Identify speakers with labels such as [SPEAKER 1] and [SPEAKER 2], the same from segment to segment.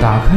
[SPEAKER 1] 打开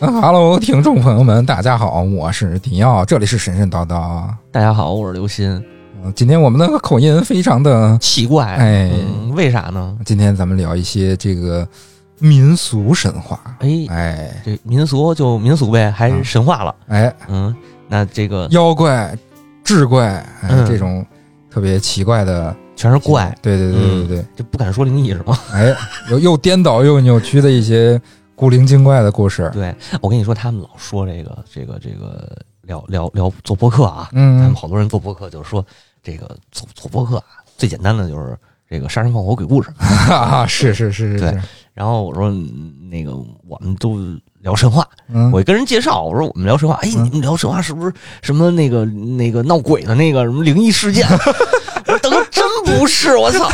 [SPEAKER 2] 嗯哈喽，听众朋友们，大家好，我是迪奥，这里是神神叨叨。
[SPEAKER 3] 大家好，我是刘鑫。
[SPEAKER 2] 嗯今天我们的口音非常的，
[SPEAKER 3] 奇怪，
[SPEAKER 2] 哎
[SPEAKER 3] 嗯为啥呢？
[SPEAKER 2] 今天咱们聊一些这个民俗神话。
[SPEAKER 3] 哎，
[SPEAKER 2] 哎
[SPEAKER 3] 这民俗就民俗呗，还
[SPEAKER 2] 嗯
[SPEAKER 3] 神话了。
[SPEAKER 2] 哎，
[SPEAKER 3] 嗯，那这个
[SPEAKER 2] 妖怪、志怪，哎，
[SPEAKER 3] 嗯
[SPEAKER 2] 这种特别奇怪的
[SPEAKER 3] 全是怪，，
[SPEAKER 2] 对对对对对对，
[SPEAKER 3] 这不敢说灵异是吗？
[SPEAKER 2] 哎，又又颠倒又扭曲的一些古灵精怪的故事。
[SPEAKER 3] 对，我跟你说，他们老说这个这个这个聊聊聊做播客啊，他
[SPEAKER 2] 嗯
[SPEAKER 3] 们，好多人做播客就是说这个做做播客啊，最简单的就是这个杀人放火鬼故事。
[SPEAKER 2] 哈哈，是是是是
[SPEAKER 3] 对
[SPEAKER 2] 是，
[SPEAKER 3] 然后我说嗯那个我们都聊神话，
[SPEAKER 2] 嗯，
[SPEAKER 3] 我跟人介绍，我说我们聊神话，哎，
[SPEAKER 2] 嗯
[SPEAKER 3] 你们聊神话是不是什么那个那个闹鬼的那个什么灵异事 件？我说大哥，真不是，我操，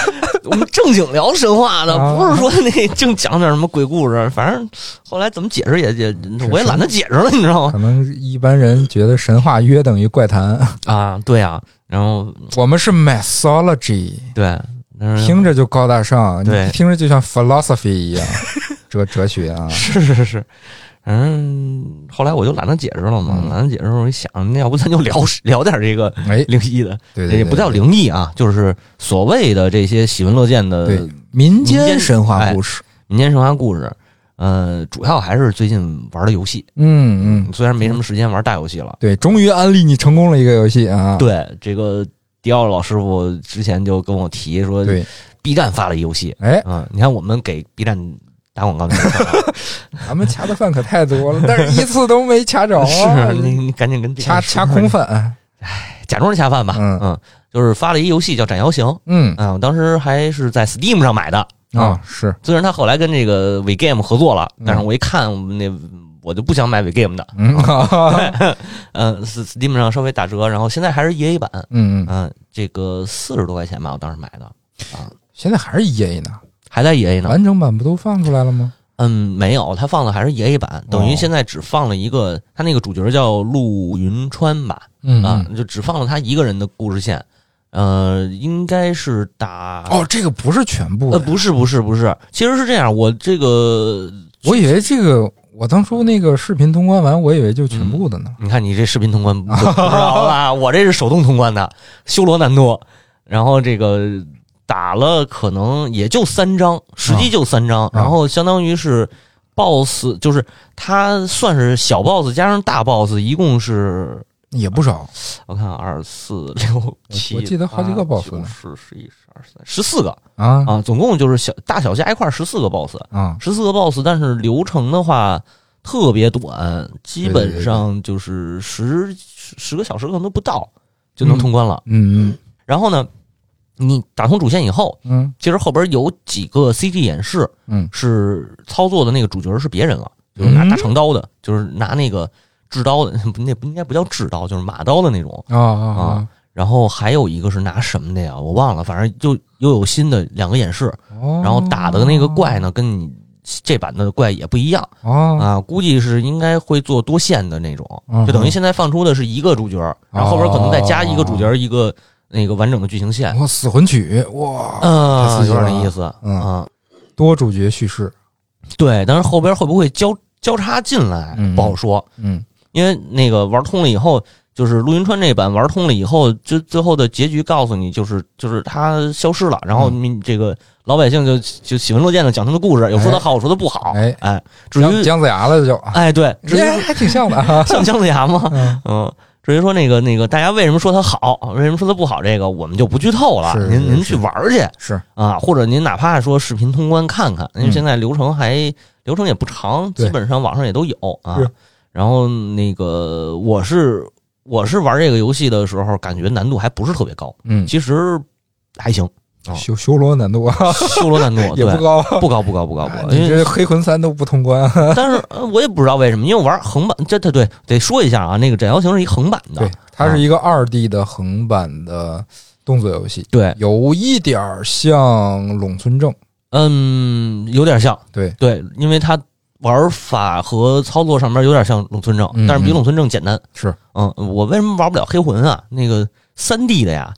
[SPEAKER 3] 我们正经聊神话的，
[SPEAKER 2] 啊
[SPEAKER 3] 不是说那正讲点什么鬼故事。反正后来怎么解释也也，我也懒得解释了，你知道吗？
[SPEAKER 2] 可能一般人觉得神话约等于怪谈，
[SPEAKER 3] 啊，对啊，然后
[SPEAKER 2] 我们是 mythology。
[SPEAKER 3] 对，但是
[SPEAKER 2] 听着就高大上，
[SPEAKER 3] 嗯对
[SPEAKER 2] 你听着就像 philosophy 一样，哲哲学啊，
[SPEAKER 3] 是是是是。反正后来我就懒得解释了嘛，
[SPEAKER 2] 嗯
[SPEAKER 3] 懒得解释。我一想，那要不咱就聊聊点这个
[SPEAKER 2] 哎，
[SPEAKER 3] 灵异的，
[SPEAKER 2] 对对对，
[SPEAKER 3] 也不叫
[SPEAKER 2] 对
[SPEAKER 3] 灵异啊，就是所谓的这些喜闻乐见的
[SPEAKER 2] 对民
[SPEAKER 3] 民
[SPEAKER 2] 间
[SPEAKER 3] 间
[SPEAKER 2] 神话
[SPEAKER 3] 哎
[SPEAKER 2] 故事，
[SPEAKER 3] 民间神话故事。呃，主要还是最近玩的游戏，
[SPEAKER 2] 嗯嗯，
[SPEAKER 3] 虽然没什么时间玩大游戏了。
[SPEAKER 2] 对，终于安利你成功了一个游戏啊，
[SPEAKER 3] 对，这个迪奥老师傅之前就跟我提说
[SPEAKER 2] 对，
[SPEAKER 3] ，B 站发了一游戏，
[SPEAKER 2] 哎，
[SPEAKER 3] 嗯，你看我们给 B 站打广告那个事 儿
[SPEAKER 2] 咱们掐的饭可太多了，但是一次都没掐着
[SPEAKER 3] 啊
[SPEAKER 2] 啊，
[SPEAKER 3] 是你你赶紧跟 B
[SPEAKER 2] 掐
[SPEAKER 3] 站
[SPEAKER 2] 掐
[SPEAKER 3] 说
[SPEAKER 2] 空饭，哎
[SPEAKER 3] 假装是掐饭吧，
[SPEAKER 2] 嗯
[SPEAKER 3] 嗯，就是发了一游戏叫《斩妖行》，
[SPEAKER 2] 嗯
[SPEAKER 3] 啊，我当时还是在 Steam 上买的，
[SPEAKER 2] 啊是，
[SPEAKER 3] 虽然他后来跟这个 We Game 合作了，但是
[SPEAKER 2] 嗯
[SPEAKER 3] 我一看我们那我就不想买 We Game 的，
[SPEAKER 2] 嗯
[SPEAKER 3] 哦
[SPEAKER 2] 啊
[SPEAKER 3] 嗯、s t e a m 上稍微打折，然后现在还是 EA 版，
[SPEAKER 2] 嗯嗯，
[SPEAKER 3] 嗯、这个四十多块钱吧，我当时买的，
[SPEAKER 2] 现在还是 EA 呢，
[SPEAKER 3] 还在 EA 呢。
[SPEAKER 2] 完整版不都放出来了吗？
[SPEAKER 3] 嗯，没有，他放的还是 EA 版，等
[SPEAKER 2] 哦
[SPEAKER 3] 于现在只放了一个，他那个主角叫陆云川吧，
[SPEAKER 2] 嗯
[SPEAKER 3] 啊
[SPEAKER 2] 嗯，
[SPEAKER 3] 就只放了他一个人的故事线，呃，应该是打，
[SPEAKER 2] 哦，这个不是全部
[SPEAKER 3] 呃，
[SPEAKER 2] 的，
[SPEAKER 3] 不是不是不是，其实是这样，我这个，
[SPEAKER 2] 我以为这个我当初那个视频通关完，我以为就
[SPEAKER 3] 嗯
[SPEAKER 2] 全部的呢。
[SPEAKER 3] 你看你这视频通关不不知道 吧？我这是手动通关的，修罗难度，然后这个打了可能也就三张，实
[SPEAKER 2] 啊
[SPEAKER 3] 际就三张，然后相当于是 BOSS，就是他算是小 BOSS 加上大 BOSS，一共是
[SPEAKER 2] 也不少，
[SPEAKER 3] 我看啊二四六七，
[SPEAKER 2] 我记得好几个
[SPEAKER 3] 八
[SPEAKER 2] boss 呢
[SPEAKER 3] 九十十一十二十三十四个
[SPEAKER 2] 啊
[SPEAKER 3] 啊，总共就是小大小加一块十四个 BOSS，
[SPEAKER 2] 啊，
[SPEAKER 3] 十四个 BOSS，但是流程的话特别短，基本上就是十十个小时可能都不到就能通关了。
[SPEAKER 2] 嗯
[SPEAKER 3] 然后呢，你打通主线以后，
[SPEAKER 2] 嗯
[SPEAKER 3] 其实后边有几个 CG 演示
[SPEAKER 2] 嗯
[SPEAKER 3] 是操作的那个主角是别人了，就是拿
[SPEAKER 2] 嗯
[SPEAKER 3] 大长刀的，就是拿那个制刀的，不那不应该不叫制刀，就是马刀的那种。
[SPEAKER 2] 啊啊
[SPEAKER 3] 然后还有一个是拿什么的呀？我忘了，反正就又有新的两个演示，
[SPEAKER 2] 啊，哦
[SPEAKER 3] 然后打的那个怪呢，跟你这版的怪也不一样。
[SPEAKER 2] 啊
[SPEAKER 3] 啊，估计是应该会做多线的那种，
[SPEAKER 2] 嗯哼
[SPEAKER 3] 就等于现在放出的是一个主角，然后后边可能再加一个主角一个那个完整的剧情线，
[SPEAKER 2] 哇，死魂曲哇，太
[SPEAKER 3] 嗯，
[SPEAKER 2] 刺激
[SPEAKER 3] 有
[SPEAKER 2] 了
[SPEAKER 3] 点那意思，
[SPEAKER 2] 嗯
[SPEAKER 3] 啊，
[SPEAKER 2] 多主角叙事，
[SPEAKER 3] 对，但是后边会不会交交叉进来
[SPEAKER 2] 嗯
[SPEAKER 3] 不好说，
[SPEAKER 2] 嗯
[SPEAKER 3] 因为那个玩通了以后，就是陆云川这版玩通了以后，就最后的结局告诉你，就是就是他消失了，然后
[SPEAKER 2] 嗯
[SPEAKER 3] 民这个老百姓就就喜闻乐见的讲他的故事，有说他好，有说他不好，
[SPEAKER 2] 哎
[SPEAKER 3] 哎，至
[SPEAKER 2] 姜
[SPEAKER 3] 于
[SPEAKER 2] 姜子牙了就，
[SPEAKER 3] 哎对，至于
[SPEAKER 2] 哎还挺像 的啊。
[SPEAKER 3] 像姜子牙吗？
[SPEAKER 2] 嗯
[SPEAKER 3] 嗯，至于说那个那个，大家为什么说它好，为什么说它不好，这个我们就不剧透了。
[SPEAKER 2] 是是
[SPEAKER 3] 您您
[SPEAKER 2] 是
[SPEAKER 3] 去玩儿去
[SPEAKER 2] 是，
[SPEAKER 3] 啊，或者您哪怕说视频通关看看，因为
[SPEAKER 2] 嗯
[SPEAKER 3] 现在流程还、流程也不长，
[SPEAKER 2] 对
[SPEAKER 3] 基本上网上也都有啊
[SPEAKER 2] 是。
[SPEAKER 3] 然后那个我是我是玩这个游戏的时候，感觉难度还不是特别高，
[SPEAKER 2] 嗯，
[SPEAKER 3] 其实还行，哦
[SPEAKER 2] 修修罗难度啊
[SPEAKER 3] 修罗难度
[SPEAKER 2] 也不
[SPEAKER 3] 哦对
[SPEAKER 2] 高，哎
[SPEAKER 3] 不高不高不高不高，因
[SPEAKER 2] 你
[SPEAKER 3] 为
[SPEAKER 2] 这黑魂三都不通关啊，
[SPEAKER 3] 但是呃我也不知道为什么，因为我玩横版，这这对得说一下啊，那个斩妖行是一横版的
[SPEAKER 2] 对，，它
[SPEAKER 3] 啊
[SPEAKER 2] 是一个二 D 的横版的动作游戏，
[SPEAKER 3] 对，
[SPEAKER 2] 有一点儿像《垄村证》，
[SPEAKER 3] 嗯，有点像，
[SPEAKER 2] 对，
[SPEAKER 3] 对，因为它玩法和操作上面有点像咏村正
[SPEAKER 2] 嗯，
[SPEAKER 3] 但是比
[SPEAKER 2] 嗯
[SPEAKER 3] 咏村正简单。
[SPEAKER 2] 是
[SPEAKER 3] 嗯，我为什么玩不了黑魂啊？那个三 D 的呀，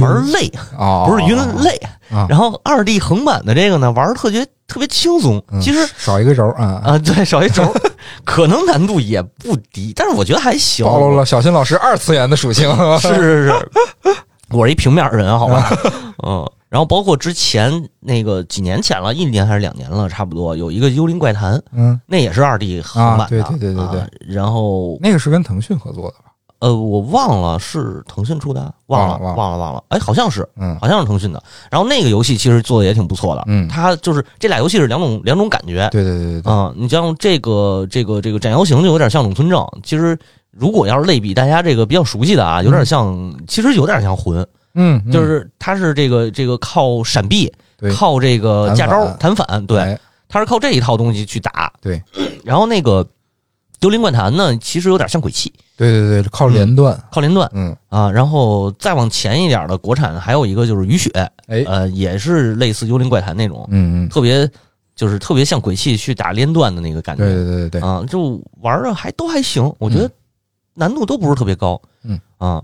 [SPEAKER 3] 玩儿累，
[SPEAKER 2] 啊，
[SPEAKER 3] 不是晕累。
[SPEAKER 2] 啊
[SPEAKER 3] 然后二 D 横版的这个呢，玩儿特别特别轻松。
[SPEAKER 2] 嗯
[SPEAKER 3] 其实
[SPEAKER 2] 少一个轴啊，
[SPEAKER 3] 啊，对，少一轴儿，可能难度也不低，但是我觉得还行。
[SPEAKER 2] 暴露了小新老师二次元的属性，
[SPEAKER 3] 是是是， 我是一平面人，啊好吧？
[SPEAKER 2] 啊
[SPEAKER 3] 嗯，然后包括之前那个几年前了，一年还是两年了，差不多有一个《幽灵怪谈》，
[SPEAKER 2] 嗯，
[SPEAKER 3] 那也是二 D 横版的、
[SPEAKER 2] 啊对对对对对
[SPEAKER 3] 啊然后
[SPEAKER 2] 那个是跟腾讯合作的吧？
[SPEAKER 3] 呃，我忘了是腾讯出的，忘了
[SPEAKER 2] 忘了
[SPEAKER 3] 忘了忘了，哎，好像是
[SPEAKER 2] 嗯
[SPEAKER 3] 好像是腾讯的。然后那个游戏其实做的也挺不错的，
[SPEAKER 2] 嗯，
[SPEAKER 3] 它就是这俩游戏是两种两种感觉。
[SPEAKER 2] 对对对对对，
[SPEAKER 3] 啊、你像这个这个这个《斩妖行》就有点像《咏村正》，其实如果要是类比大家这个比较熟悉的啊，有点像，其实有点像魂，
[SPEAKER 2] 嗯，嗯
[SPEAKER 3] 就是它是这个这个靠闪避
[SPEAKER 2] 对，
[SPEAKER 3] 靠这个
[SPEAKER 2] 弹
[SPEAKER 3] 架招
[SPEAKER 2] 反
[SPEAKER 3] 弹反，对，
[SPEAKER 2] 哎
[SPEAKER 3] 它是靠这一套东西去打。
[SPEAKER 2] 对，
[SPEAKER 3] 然后那个幽灵怪谈呢，其实有点像鬼泣，
[SPEAKER 2] 对对对，靠连段，
[SPEAKER 3] 靠连段
[SPEAKER 2] 嗯，
[SPEAKER 3] 啊。然后再往前一点的国产还有一个就是雨雪，
[SPEAKER 2] 哎，
[SPEAKER 3] 呃，也是类似幽灵怪谈那种，
[SPEAKER 2] 嗯嗯，
[SPEAKER 3] 特别就是特别像鬼泣去打连段的那个感
[SPEAKER 2] 对
[SPEAKER 3] 觉
[SPEAKER 2] 对对对对，
[SPEAKER 3] 啊，就玩着还都还行，我觉得难度都不是特别高，
[SPEAKER 2] 嗯
[SPEAKER 3] 啊。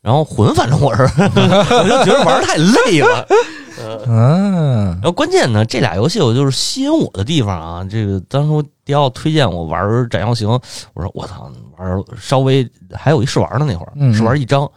[SPEAKER 3] 然后魂，反正我是， 我就觉得玩儿太累了，
[SPEAKER 2] 嗯
[SPEAKER 3] 然后呃关键呢，这俩游戏我就是吸引我的地方啊，这个当初迪奥推荐我玩《斩妖行》，我说我操，玩儿稍微还有一试玩呢，那会儿、
[SPEAKER 2] 嗯
[SPEAKER 3] 试玩一张，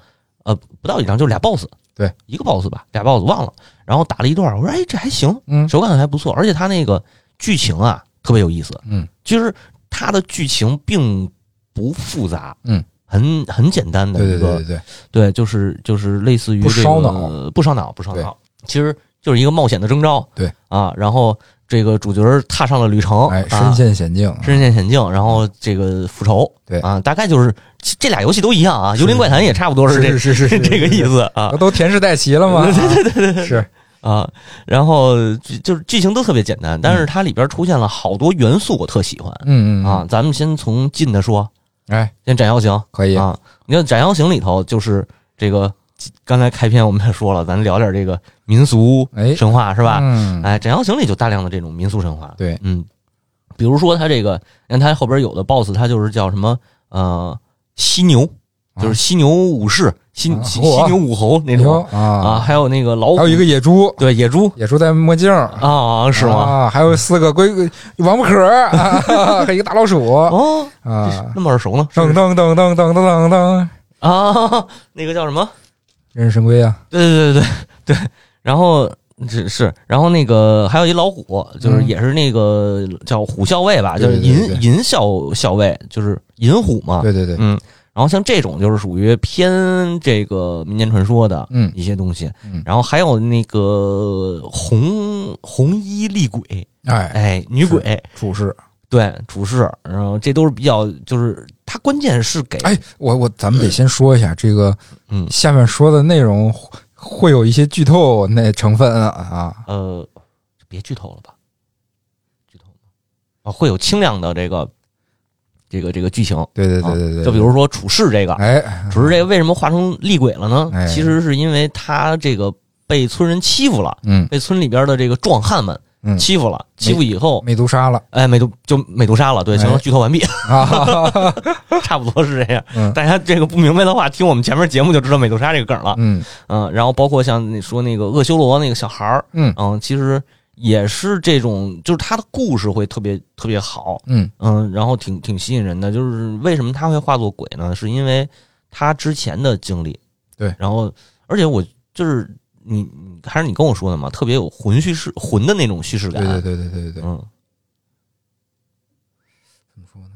[SPEAKER 3] 呃，不到一张就俩 BOSS，
[SPEAKER 2] 对，
[SPEAKER 3] 一个 BOSS 吧，俩 BOSS 忘了，然后打了一段，我说哎这还行，
[SPEAKER 2] 嗯
[SPEAKER 3] 手感还不错，而且它那个剧情啊特别有意思，
[SPEAKER 2] 嗯，
[SPEAKER 3] 就是它的剧情并不复杂，
[SPEAKER 2] 嗯。
[SPEAKER 3] 很很简单的
[SPEAKER 2] 对
[SPEAKER 3] 一
[SPEAKER 2] 对对
[SPEAKER 3] 个
[SPEAKER 2] 对对，
[SPEAKER 3] 对，就是就是类似于
[SPEAKER 2] 不
[SPEAKER 3] 这
[SPEAKER 2] 烧
[SPEAKER 3] 个
[SPEAKER 2] 脑，
[SPEAKER 3] 不烧脑，不烧脑，其实就是一个冒险的征兆。
[SPEAKER 2] 对
[SPEAKER 3] 啊，然后这个主角踏上了旅程，
[SPEAKER 2] 哎，
[SPEAKER 3] 啊
[SPEAKER 2] 深陷险境，
[SPEAKER 3] 深陷险境，然后这个复仇，
[SPEAKER 2] 对
[SPEAKER 3] 啊，大概就是其这俩游戏都一样啊，《
[SPEAKER 2] 是
[SPEAKER 3] 幽灵怪谈》也 差不多这
[SPEAKER 2] 是是 是
[SPEAKER 3] 这个意，思啊
[SPEAKER 2] 那都田氏代齐了 吗？对对对对，是，
[SPEAKER 3] 啊，然后就就是剧情都特别简单，但是它里边出现了好多元素，我特喜欢
[SPEAKER 2] 嗯嗯嗯
[SPEAKER 3] 啊，。咱们先从近的说，
[SPEAKER 2] 哎，
[SPEAKER 3] 先斩妖行，
[SPEAKER 2] 可以
[SPEAKER 3] 啊。你看《斩妖行》里头就是这个，刚才开篇我们也说了，咱聊点这个民俗
[SPEAKER 2] 哎
[SPEAKER 3] 神话、是吧？
[SPEAKER 2] 嗯，
[SPEAKER 3] 哎，《斩妖行》里就大量的这种民俗神话。
[SPEAKER 2] 对，
[SPEAKER 3] 嗯，比如说它这个，你看它后边有的 BOSS，它就是叫什么呃犀牛，就是犀牛武士、犀
[SPEAKER 2] 啊
[SPEAKER 3] 犀
[SPEAKER 2] 嚯
[SPEAKER 3] 犀牛武侯那
[SPEAKER 2] 哟
[SPEAKER 3] 种啊，
[SPEAKER 2] 啊，
[SPEAKER 3] 还有那个老虎，
[SPEAKER 2] 还有一个野猪，
[SPEAKER 3] 对野猪
[SPEAKER 2] 野猪戴墨镜啊，
[SPEAKER 3] 啊，是吗？
[SPEAKER 2] 啊，还有四个龟王八壳儿，啊 还有一个大老鼠
[SPEAKER 3] 哦，这是
[SPEAKER 2] 啊，
[SPEAKER 3] 那么耳熟呢？是
[SPEAKER 2] 噔噔噔噔噔噔噔噔，
[SPEAKER 3] 啊， 那个叫什么？
[SPEAKER 2] 人神龟啊，
[SPEAKER 3] 对对对对对， 然后只是，然后那个还有一老虎，就是
[SPEAKER 2] 嗯
[SPEAKER 3] 也是那个叫虎校尉吧，
[SPEAKER 2] 对
[SPEAKER 3] 就是
[SPEAKER 2] 对对对
[SPEAKER 3] 银银校校尉，就是银虎嘛。
[SPEAKER 2] 对对对，
[SPEAKER 3] 嗯，然后像这种就是属于偏这个民间传说的
[SPEAKER 2] 嗯
[SPEAKER 3] 一些东西，
[SPEAKER 2] 嗯
[SPEAKER 3] 然后还有那个红红衣厉鬼，
[SPEAKER 2] 哎，
[SPEAKER 3] 哎，女
[SPEAKER 2] 是
[SPEAKER 3] 鬼，
[SPEAKER 2] 处事，
[SPEAKER 3] 对，主事，然后这都是比较就是它关键是给
[SPEAKER 2] 哎，我我咱们得先说一下这个
[SPEAKER 3] 嗯
[SPEAKER 2] 下面说的内容会有一些剧透那成分啊啊，
[SPEAKER 3] 呃，别剧透了吧，剧透吗？啊，会有清亮的这个这个这个剧情。
[SPEAKER 2] 对对对对对，
[SPEAKER 3] 啊就比如说啊处士这个，
[SPEAKER 2] 哎，
[SPEAKER 3] 处士这个为什么化成厉鬼了呢？
[SPEAKER 2] 哎
[SPEAKER 3] 其实是因为他这个被村人欺负了，
[SPEAKER 2] 嗯
[SPEAKER 3] 被村里边的这个壮汉们
[SPEAKER 2] 嗯，
[SPEAKER 3] 欺负了，欺负以后。
[SPEAKER 2] 美 杜莎了
[SPEAKER 3] 哎，美毒就美毒杀了，对，行了，
[SPEAKER 2] 哎
[SPEAKER 3] 剧透完毕，
[SPEAKER 2] 啊，
[SPEAKER 3] 差不多是这样。
[SPEAKER 2] 嗯
[SPEAKER 3] 大家这个不明白的话，听我们前面节目就知道美杜莎这个梗了。
[SPEAKER 2] 嗯
[SPEAKER 3] 嗯，然后包括像你说那个恶修罗那个小孩儿，
[SPEAKER 2] 嗯
[SPEAKER 3] 嗯，其实也是这种，就是他的故事会特别特别好，
[SPEAKER 2] 嗯
[SPEAKER 3] 嗯，然后挺挺吸引人的。就是为什么他会化作鬼呢？是因为他之前的经历。
[SPEAKER 2] 对
[SPEAKER 3] 然后而且我就是你，你还是你跟我说的嘛，特别有魂叙事魂的那种叙事
[SPEAKER 2] 对
[SPEAKER 3] 感。
[SPEAKER 2] 对对对对对，
[SPEAKER 3] 嗯，
[SPEAKER 2] 怎么说呢？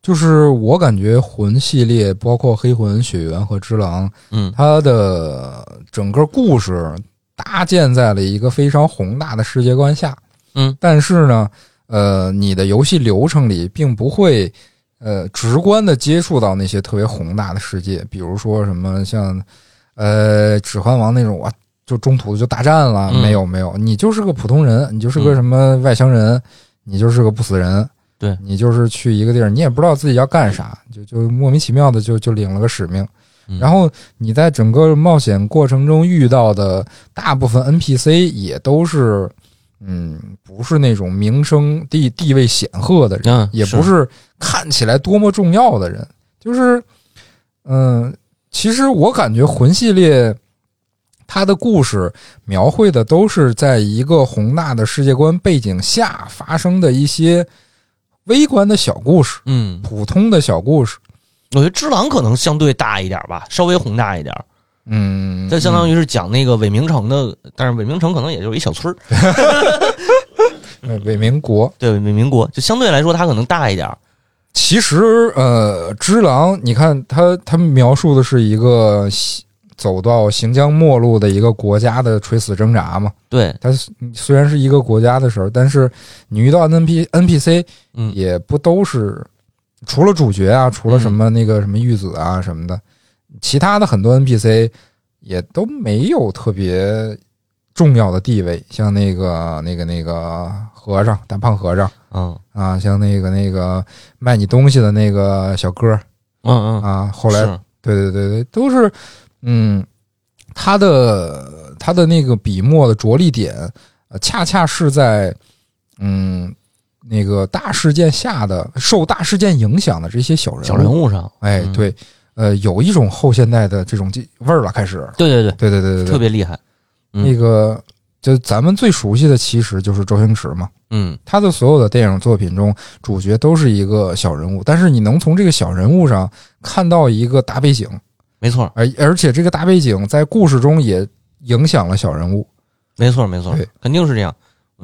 [SPEAKER 2] 就是我感觉魂系列，包括黑魂、血缘和之狼，
[SPEAKER 3] 嗯
[SPEAKER 2] 它的整个故事搭建在了一个非常宏大的世界观下。
[SPEAKER 3] 嗯，
[SPEAKER 2] 但是呢，呃，你的游戏流程里并不会呃直观的接触到那些特别宏大的世界，比如说什么像呃《指环王》那种哇。就中途就大战了，
[SPEAKER 3] 嗯
[SPEAKER 2] 没有没有，你就是个普通人，你就是
[SPEAKER 3] 嗯
[SPEAKER 2] 个什么外乡人，你就是个不死人，
[SPEAKER 3] 对
[SPEAKER 2] 你就是去一个地儿，你也不知道自己要干啥，就就莫名其妙的就就领了个使命。
[SPEAKER 3] 嗯
[SPEAKER 2] 然后你在整个冒险过程中遇到的大部分 NPC 也都是，嗯，不是那种名声地地位显赫的人，
[SPEAKER 3] 嗯，
[SPEAKER 2] 也
[SPEAKER 3] 是
[SPEAKER 2] 不是看起来多么重要的人，就是，嗯、其实我感觉魂系列它的故事描绘的都是在一个宏大的世界观背景下发生的一些微观的小故事，
[SPEAKER 3] 嗯，
[SPEAKER 2] 普通的小故事。
[SPEAKER 3] 我觉得《只狼》可能相对大一点吧，稍微宏大一点。
[SPEAKER 2] 嗯，
[SPEAKER 3] 这相
[SPEAKER 2] 于
[SPEAKER 3] 当于是讲那个伪明城的，但是伪明城可能也就是一小村儿，
[SPEAKER 2] 伪民国。
[SPEAKER 3] 对，伪民国就相对来说它可能大一点儿。
[SPEAKER 2] 其实，呃，只狼，你看他他描述的是一个西走到行将末路的一个国家的垂死挣扎嘛。
[SPEAKER 3] 对，
[SPEAKER 2] 它虽然是一个国家的时候，但是你遇到 N P N P C
[SPEAKER 3] 嗯，
[SPEAKER 2] 也不都是，除了主角啊，除了什么那个什么玉子啊什么的，其他的很多 N P C 也都没有特别重要的地位，像那个那个那个和尚大胖和尚。
[SPEAKER 3] 嗯
[SPEAKER 2] 啊，像那个那个卖你东西的那个小哥儿
[SPEAKER 3] 嗯嗯，
[SPEAKER 2] 啊，后来
[SPEAKER 3] 是
[SPEAKER 2] 对对对对，都是嗯，他的他的那个笔墨的着力点，呃，恰恰是在嗯那个大事件下的受大事件影响的这些小人
[SPEAKER 3] 小人，物上，
[SPEAKER 2] 哎，
[SPEAKER 3] 嗯
[SPEAKER 2] 对，呃，有一种后现代的这种劲味儿了，开始，
[SPEAKER 3] 对对对，
[SPEAKER 2] 对对对对对，
[SPEAKER 3] 特别厉害。嗯
[SPEAKER 2] 那个就咱们最熟悉的其实就是周星驰嘛，
[SPEAKER 3] 嗯
[SPEAKER 2] 他的所有的电影作品中，主角都是一个小人物，但是你能从这个小人物上看到一个大背景，
[SPEAKER 3] 没错儿，
[SPEAKER 2] 而而且这个大背景在故事中也影响了小人物。
[SPEAKER 3] 没错儿，没错儿
[SPEAKER 2] 对，
[SPEAKER 3] 肯定是这样。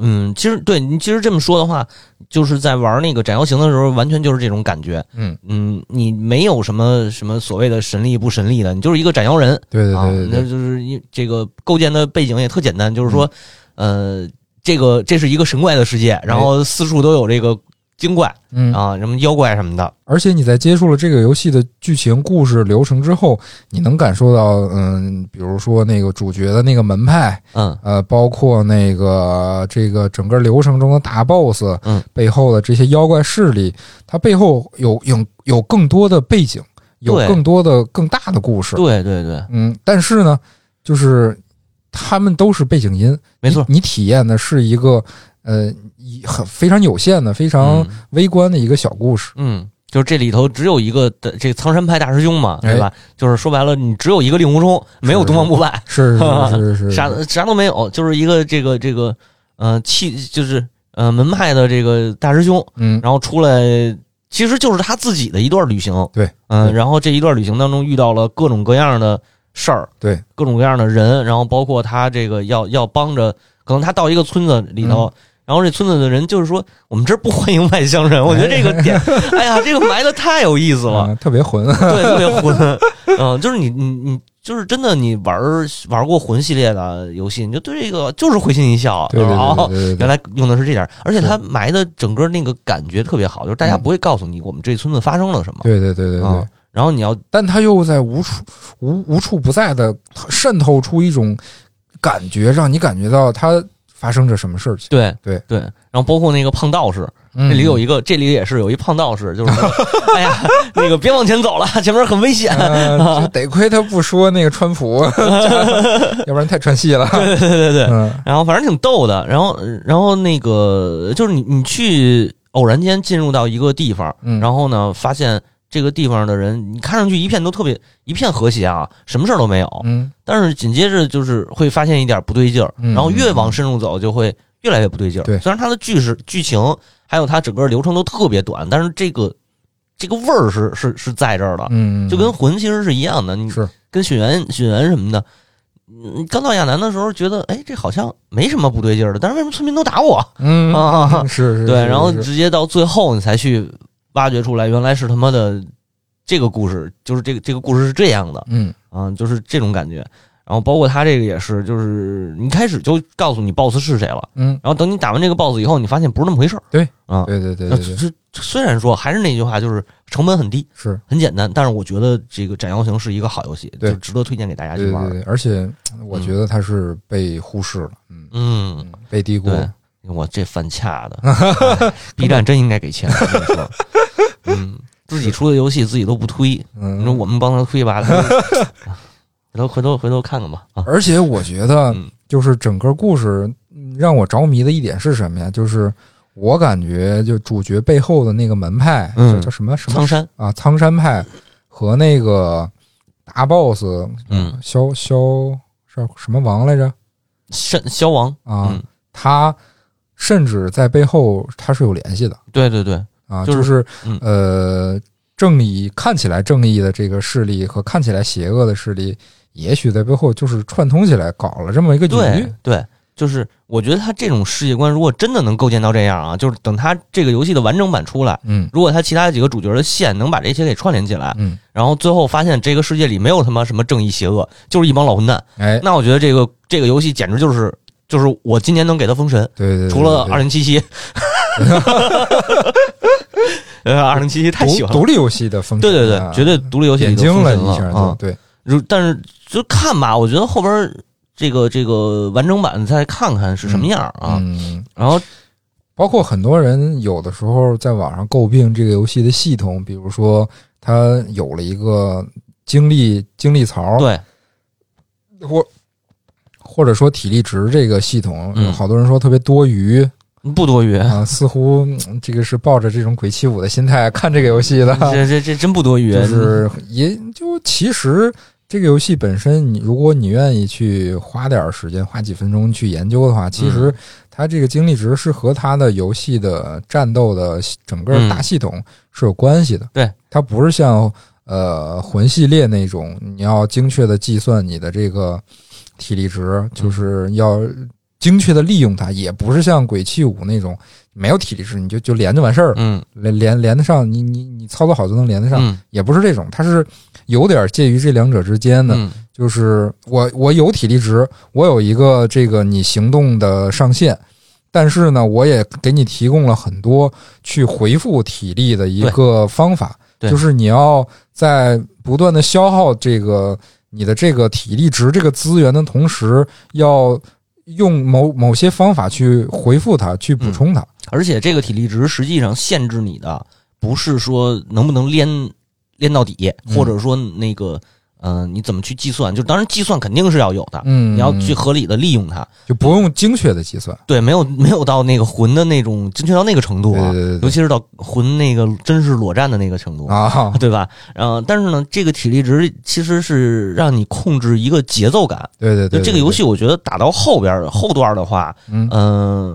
[SPEAKER 3] 嗯，其实对你其实这么说的话，就是在玩那个斩妖行的时候，完全就是这种感觉。
[SPEAKER 2] 嗯，
[SPEAKER 3] 嗯，你没有什么什么所谓的神力不神力的，你就是一个斩妖人，
[SPEAKER 2] 对对
[SPEAKER 3] 啊
[SPEAKER 2] 对，对
[SPEAKER 3] 那
[SPEAKER 2] 对，
[SPEAKER 3] 就是一这个构建的背景也特简单，就是说，
[SPEAKER 2] 嗯
[SPEAKER 3] 呃，这个这是一个神怪的世界，然后四处都有这个精怪
[SPEAKER 2] 嗯，
[SPEAKER 3] 啊，什么妖怪什么的，
[SPEAKER 2] 而且你在接触了这个游戏的剧情、故事流程之后，你能感受到，嗯，比如说那个主角的那个门派，
[SPEAKER 3] 嗯
[SPEAKER 2] 呃，包括那个这个整个流程中的大 BOSS，
[SPEAKER 3] 嗯，
[SPEAKER 2] 背后的这些妖怪势力，它背后有有有更多的背景，有
[SPEAKER 3] 对
[SPEAKER 2] 更多的更大的故事，
[SPEAKER 3] 对对对，
[SPEAKER 2] 嗯，但是呢，就是他们都是背景音，
[SPEAKER 3] 没错，
[SPEAKER 2] 你体验的是一个呃一很非常有限的、非常
[SPEAKER 3] 嗯
[SPEAKER 2] 微观的一个小故事，
[SPEAKER 3] 嗯，就是这里头只有一个的这苍山派大师兄嘛，
[SPEAKER 2] 哎
[SPEAKER 3] 对吧？就是说白了，你只有一个令狐冲，没有东方不败，
[SPEAKER 2] 是是是是是，
[SPEAKER 3] 啥啥都没有，就是一个这个这个，呃，气就是呃门派的这个大师兄，
[SPEAKER 2] 嗯，
[SPEAKER 3] 然后出来，其实就是他自己的一段旅行。
[SPEAKER 2] 对，
[SPEAKER 3] 嗯，
[SPEAKER 2] 对
[SPEAKER 3] 然后这一段旅行当中遇到了各种各样的事儿，
[SPEAKER 2] 对，
[SPEAKER 3] 各种各样的人，然后包括他这个要要帮着，可能他到一个村子里
[SPEAKER 2] 嗯
[SPEAKER 3] 头。然后这村子的人就是说，我们这儿不欢迎外乡人。我觉得这个点， 哎呀，这个埋的太有意思了，
[SPEAKER 2] 嗯特别混，
[SPEAKER 3] 对，特别混。嗯，就是你你你，就是真的，你玩儿玩过魂系列的游戏，你就对这个就是会心一笑。
[SPEAKER 2] 对对
[SPEAKER 3] 哦
[SPEAKER 2] 对对对
[SPEAKER 3] 原
[SPEAKER 2] 对，
[SPEAKER 3] 来用的是这点儿，而且
[SPEAKER 2] 是
[SPEAKER 3] 他埋的整个那个感觉特别好，就是大家
[SPEAKER 2] 嗯
[SPEAKER 3] 不会告诉你我们这村子发生了什么
[SPEAKER 2] 对对对对对
[SPEAKER 3] 啊。，然后你要
[SPEAKER 2] 但他又在无处无无处不在的渗透出一种感觉，让你感觉到他发生着什么事情。
[SPEAKER 3] 对
[SPEAKER 2] 对
[SPEAKER 3] 对，然后包括那个胖道士，这
[SPEAKER 2] 这
[SPEAKER 3] 里有一个，这里也是有一胖道士，就是 说哎呀，那个别往前走了， 前面很危险。
[SPEAKER 2] 呃，得亏他不说那个川普， 要不然太串戏 了。对对对对，嗯
[SPEAKER 3] 然后反正挺逗的，然后然后那个就是你你去偶然间进入到一个地方，
[SPEAKER 2] 嗯，
[SPEAKER 3] 然后呢发现这个地方的人，你看上去一片都特别一片和谐啊，什么事儿都没有，
[SPEAKER 2] 嗯
[SPEAKER 3] 但是紧接着就是会发现一点不对劲儿，
[SPEAKER 2] 嗯
[SPEAKER 3] 然后越往深入走就会越来越不对劲儿。
[SPEAKER 2] 对
[SPEAKER 3] 虽然它的剧是剧情还有它整个流程都特别短，但是这个这个味儿是是是在这儿的，
[SPEAKER 2] 嗯，
[SPEAKER 3] 就跟魂其实是一样的。你
[SPEAKER 2] 是
[SPEAKER 3] 跟血缘血缘什么的，嗯刚到亚南的时候觉得，哎，这好像没什么不对劲儿的，但是为什么村民都打我
[SPEAKER 2] 嗯
[SPEAKER 3] 啊？
[SPEAKER 2] 是是，
[SPEAKER 3] 对，
[SPEAKER 2] 是
[SPEAKER 3] 然后
[SPEAKER 2] 是
[SPEAKER 3] 直接到最后你才去挖掘出来，原来是他妈的这个故事，就是这个这个故事是这样的
[SPEAKER 2] 嗯
[SPEAKER 3] 啊，就是这种感觉。然后包括他这个也是，就是你开始就告诉你 BOSS 是谁了，
[SPEAKER 2] 嗯，
[SPEAKER 3] 然后等你打完这个 BOSS 以后，你发现不是那么回事儿。
[SPEAKER 2] 对
[SPEAKER 3] 啊，
[SPEAKER 2] 对对对
[SPEAKER 3] 那
[SPEAKER 2] 对对，
[SPEAKER 3] 这这虽然说还是那句话，就是成本很低，
[SPEAKER 2] 是
[SPEAKER 3] 很简单，但是我觉得这个《斩妖行》是一个好游戏，
[SPEAKER 2] 对
[SPEAKER 3] 就值得推荐给大家去
[SPEAKER 2] 对
[SPEAKER 3] 玩
[SPEAKER 2] 对
[SPEAKER 3] 儿。
[SPEAKER 2] 对，而且我觉得它是被忽视了，嗯
[SPEAKER 3] 嗯，
[SPEAKER 2] 嗯，被低估
[SPEAKER 3] 对，我这犯恰的 哎，B 站真应该给钱。我跟你说，嗯，自己出的游戏自己都不推，你说
[SPEAKER 2] 嗯，
[SPEAKER 3] 我们帮他推吧，他回 头回头回头看看吧啊。
[SPEAKER 2] 而且我觉得
[SPEAKER 3] 嗯
[SPEAKER 2] 就是整个故事嗯让我着迷的一点是什么呀？就是我感觉就主角背后的那个门派，
[SPEAKER 3] 嗯
[SPEAKER 2] 就叫什么什么
[SPEAKER 3] 苍山，
[SPEAKER 2] 啊，苍山派和那个大 boss，
[SPEAKER 3] 嗯，
[SPEAKER 2] 萧萧是什么王来着
[SPEAKER 3] 山消亡
[SPEAKER 2] 啊？
[SPEAKER 3] 嗯
[SPEAKER 2] 他甚至在背后他是有联系的
[SPEAKER 3] 对对对，
[SPEAKER 2] 啊，
[SPEAKER 3] 就
[SPEAKER 2] 就是是
[SPEAKER 3] 嗯
[SPEAKER 2] 呃，正义看起来正义的这个势力和看起来邪恶的势力，也许在背后就是串通起来搞了这么一个局。
[SPEAKER 3] 对对，就是我觉得他这种世界观，如果真的能构建到这样啊，就是等他这个游戏的完整版出来，
[SPEAKER 2] 嗯
[SPEAKER 3] 如果他其他几个主角的线能把这些给串联起来，
[SPEAKER 2] 嗯，
[SPEAKER 3] 然后最后发现这个世界里没有他妈什么正义邪恶，就是一帮老混蛋，
[SPEAKER 2] 哎，
[SPEAKER 3] 那我觉得这个这个游戏简直就是就是我今年能给他封神，
[SPEAKER 2] 对对对，
[SPEAKER 3] 除了
[SPEAKER 2] 对
[SPEAKER 3] 二零七 七，呃，二零七七太喜
[SPEAKER 2] 独
[SPEAKER 3] 欢了。
[SPEAKER 2] 独立游戏的风格
[SPEAKER 3] 对
[SPEAKER 2] 啊，
[SPEAKER 3] 对对，绝对独立游戏
[SPEAKER 2] 眼
[SPEAKER 3] 里头
[SPEAKER 2] 睛
[SPEAKER 3] 封
[SPEAKER 2] 了
[SPEAKER 3] 神
[SPEAKER 2] 一下
[SPEAKER 3] 了啊
[SPEAKER 2] 就！对，
[SPEAKER 3] 如但是就看吧，我觉得后边这个这个完整版再看看是什么样啊。
[SPEAKER 2] 嗯。
[SPEAKER 3] 然后
[SPEAKER 2] 包括很多人有的时候在网上诟病这个游戏的系统，比如说它有了一个精力精力槽，
[SPEAKER 3] 对，
[SPEAKER 2] 或或者说体力值这个系统，
[SPEAKER 3] 嗯哎
[SPEAKER 2] 有好多人说特别多余
[SPEAKER 3] 不多余，
[SPEAKER 2] 啊，似乎嗯这个是抱着这种鬼泣五的心态看这个 游戏的，
[SPEAKER 3] 这这这真不多余，
[SPEAKER 2] 就是也就其实。这个游戏本身，你如果你愿意去花点儿时间，花几分钟去研究的话，其
[SPEAKER 3] 嗯
[SPEAKER 2] 实它这个精力值是和它的游戏的战斗的整个大系统是有关系的。
[SPEAKER 3] 嗯对，
[SPEAKER 2] 它不是像呃魂系列那种，你要精确的计算你的这个体力值，
[SPEAKER 3] 嗯
[SPEAKER 2] 就是要精确的利用它，也不是像鬼泣五那种没有体力值你就就连就完事儿了，
[SPEAKER 3] 嗯
[SPEAKER 2] 连连连得上，你你你操作好就能连得上，
[SPEAKER 3] 嗯
[SPEAKER 2] 也不是这种，它是有点介于这两者之间的。
[SPEAKER 3] 嗯
[SPEAKER 2] 就是我我有体力值，我有一个这个你行动的上限，但是呢，我也给你提供了很多去回复体力的一个方法，
[SPEAKER 3] 对
[SPEAKER 2] 就是你要在不断的消耗这个你的这个体力值这个资源的同时，要用某某些方法去回复它，去
[SPEAKER 3] 嗯
[SPEAKER 2] 补充它。
[SPEAKER 3] 而且这个体力值实际上限制你的不是说能不能连连到底，
[SPEAKER 2] 嗯
[SPEAKER 3] 或者说那个嗯、呃你怎么去计算？就当然计算肯定是要有的，
[SPEAKER 2] 嗯，
[SPEAKER 3] 你要去合理的利用它。
[SPEAKER 2] 就不用精确的计算，
[SPEAKER 3] 对，没有 没有到那个魂的那种精确到那个程度啊，
[SPEAKER 2] 对对对对
[SPEAKER 3] 尤其是到魂那个真是裸战的那个程度。
[SPEAKER 2] 啊，
[SPEAKER 3] 对吧？嗯、但是呢，这个体力值其实是让你控制一个节奏感。
[SPEAKER 2] 对对对
[SPEAKER 3] 就这个游，戏，我觉得打到后边儿后段儿的话，
[SPEAKER 2] 对对嗯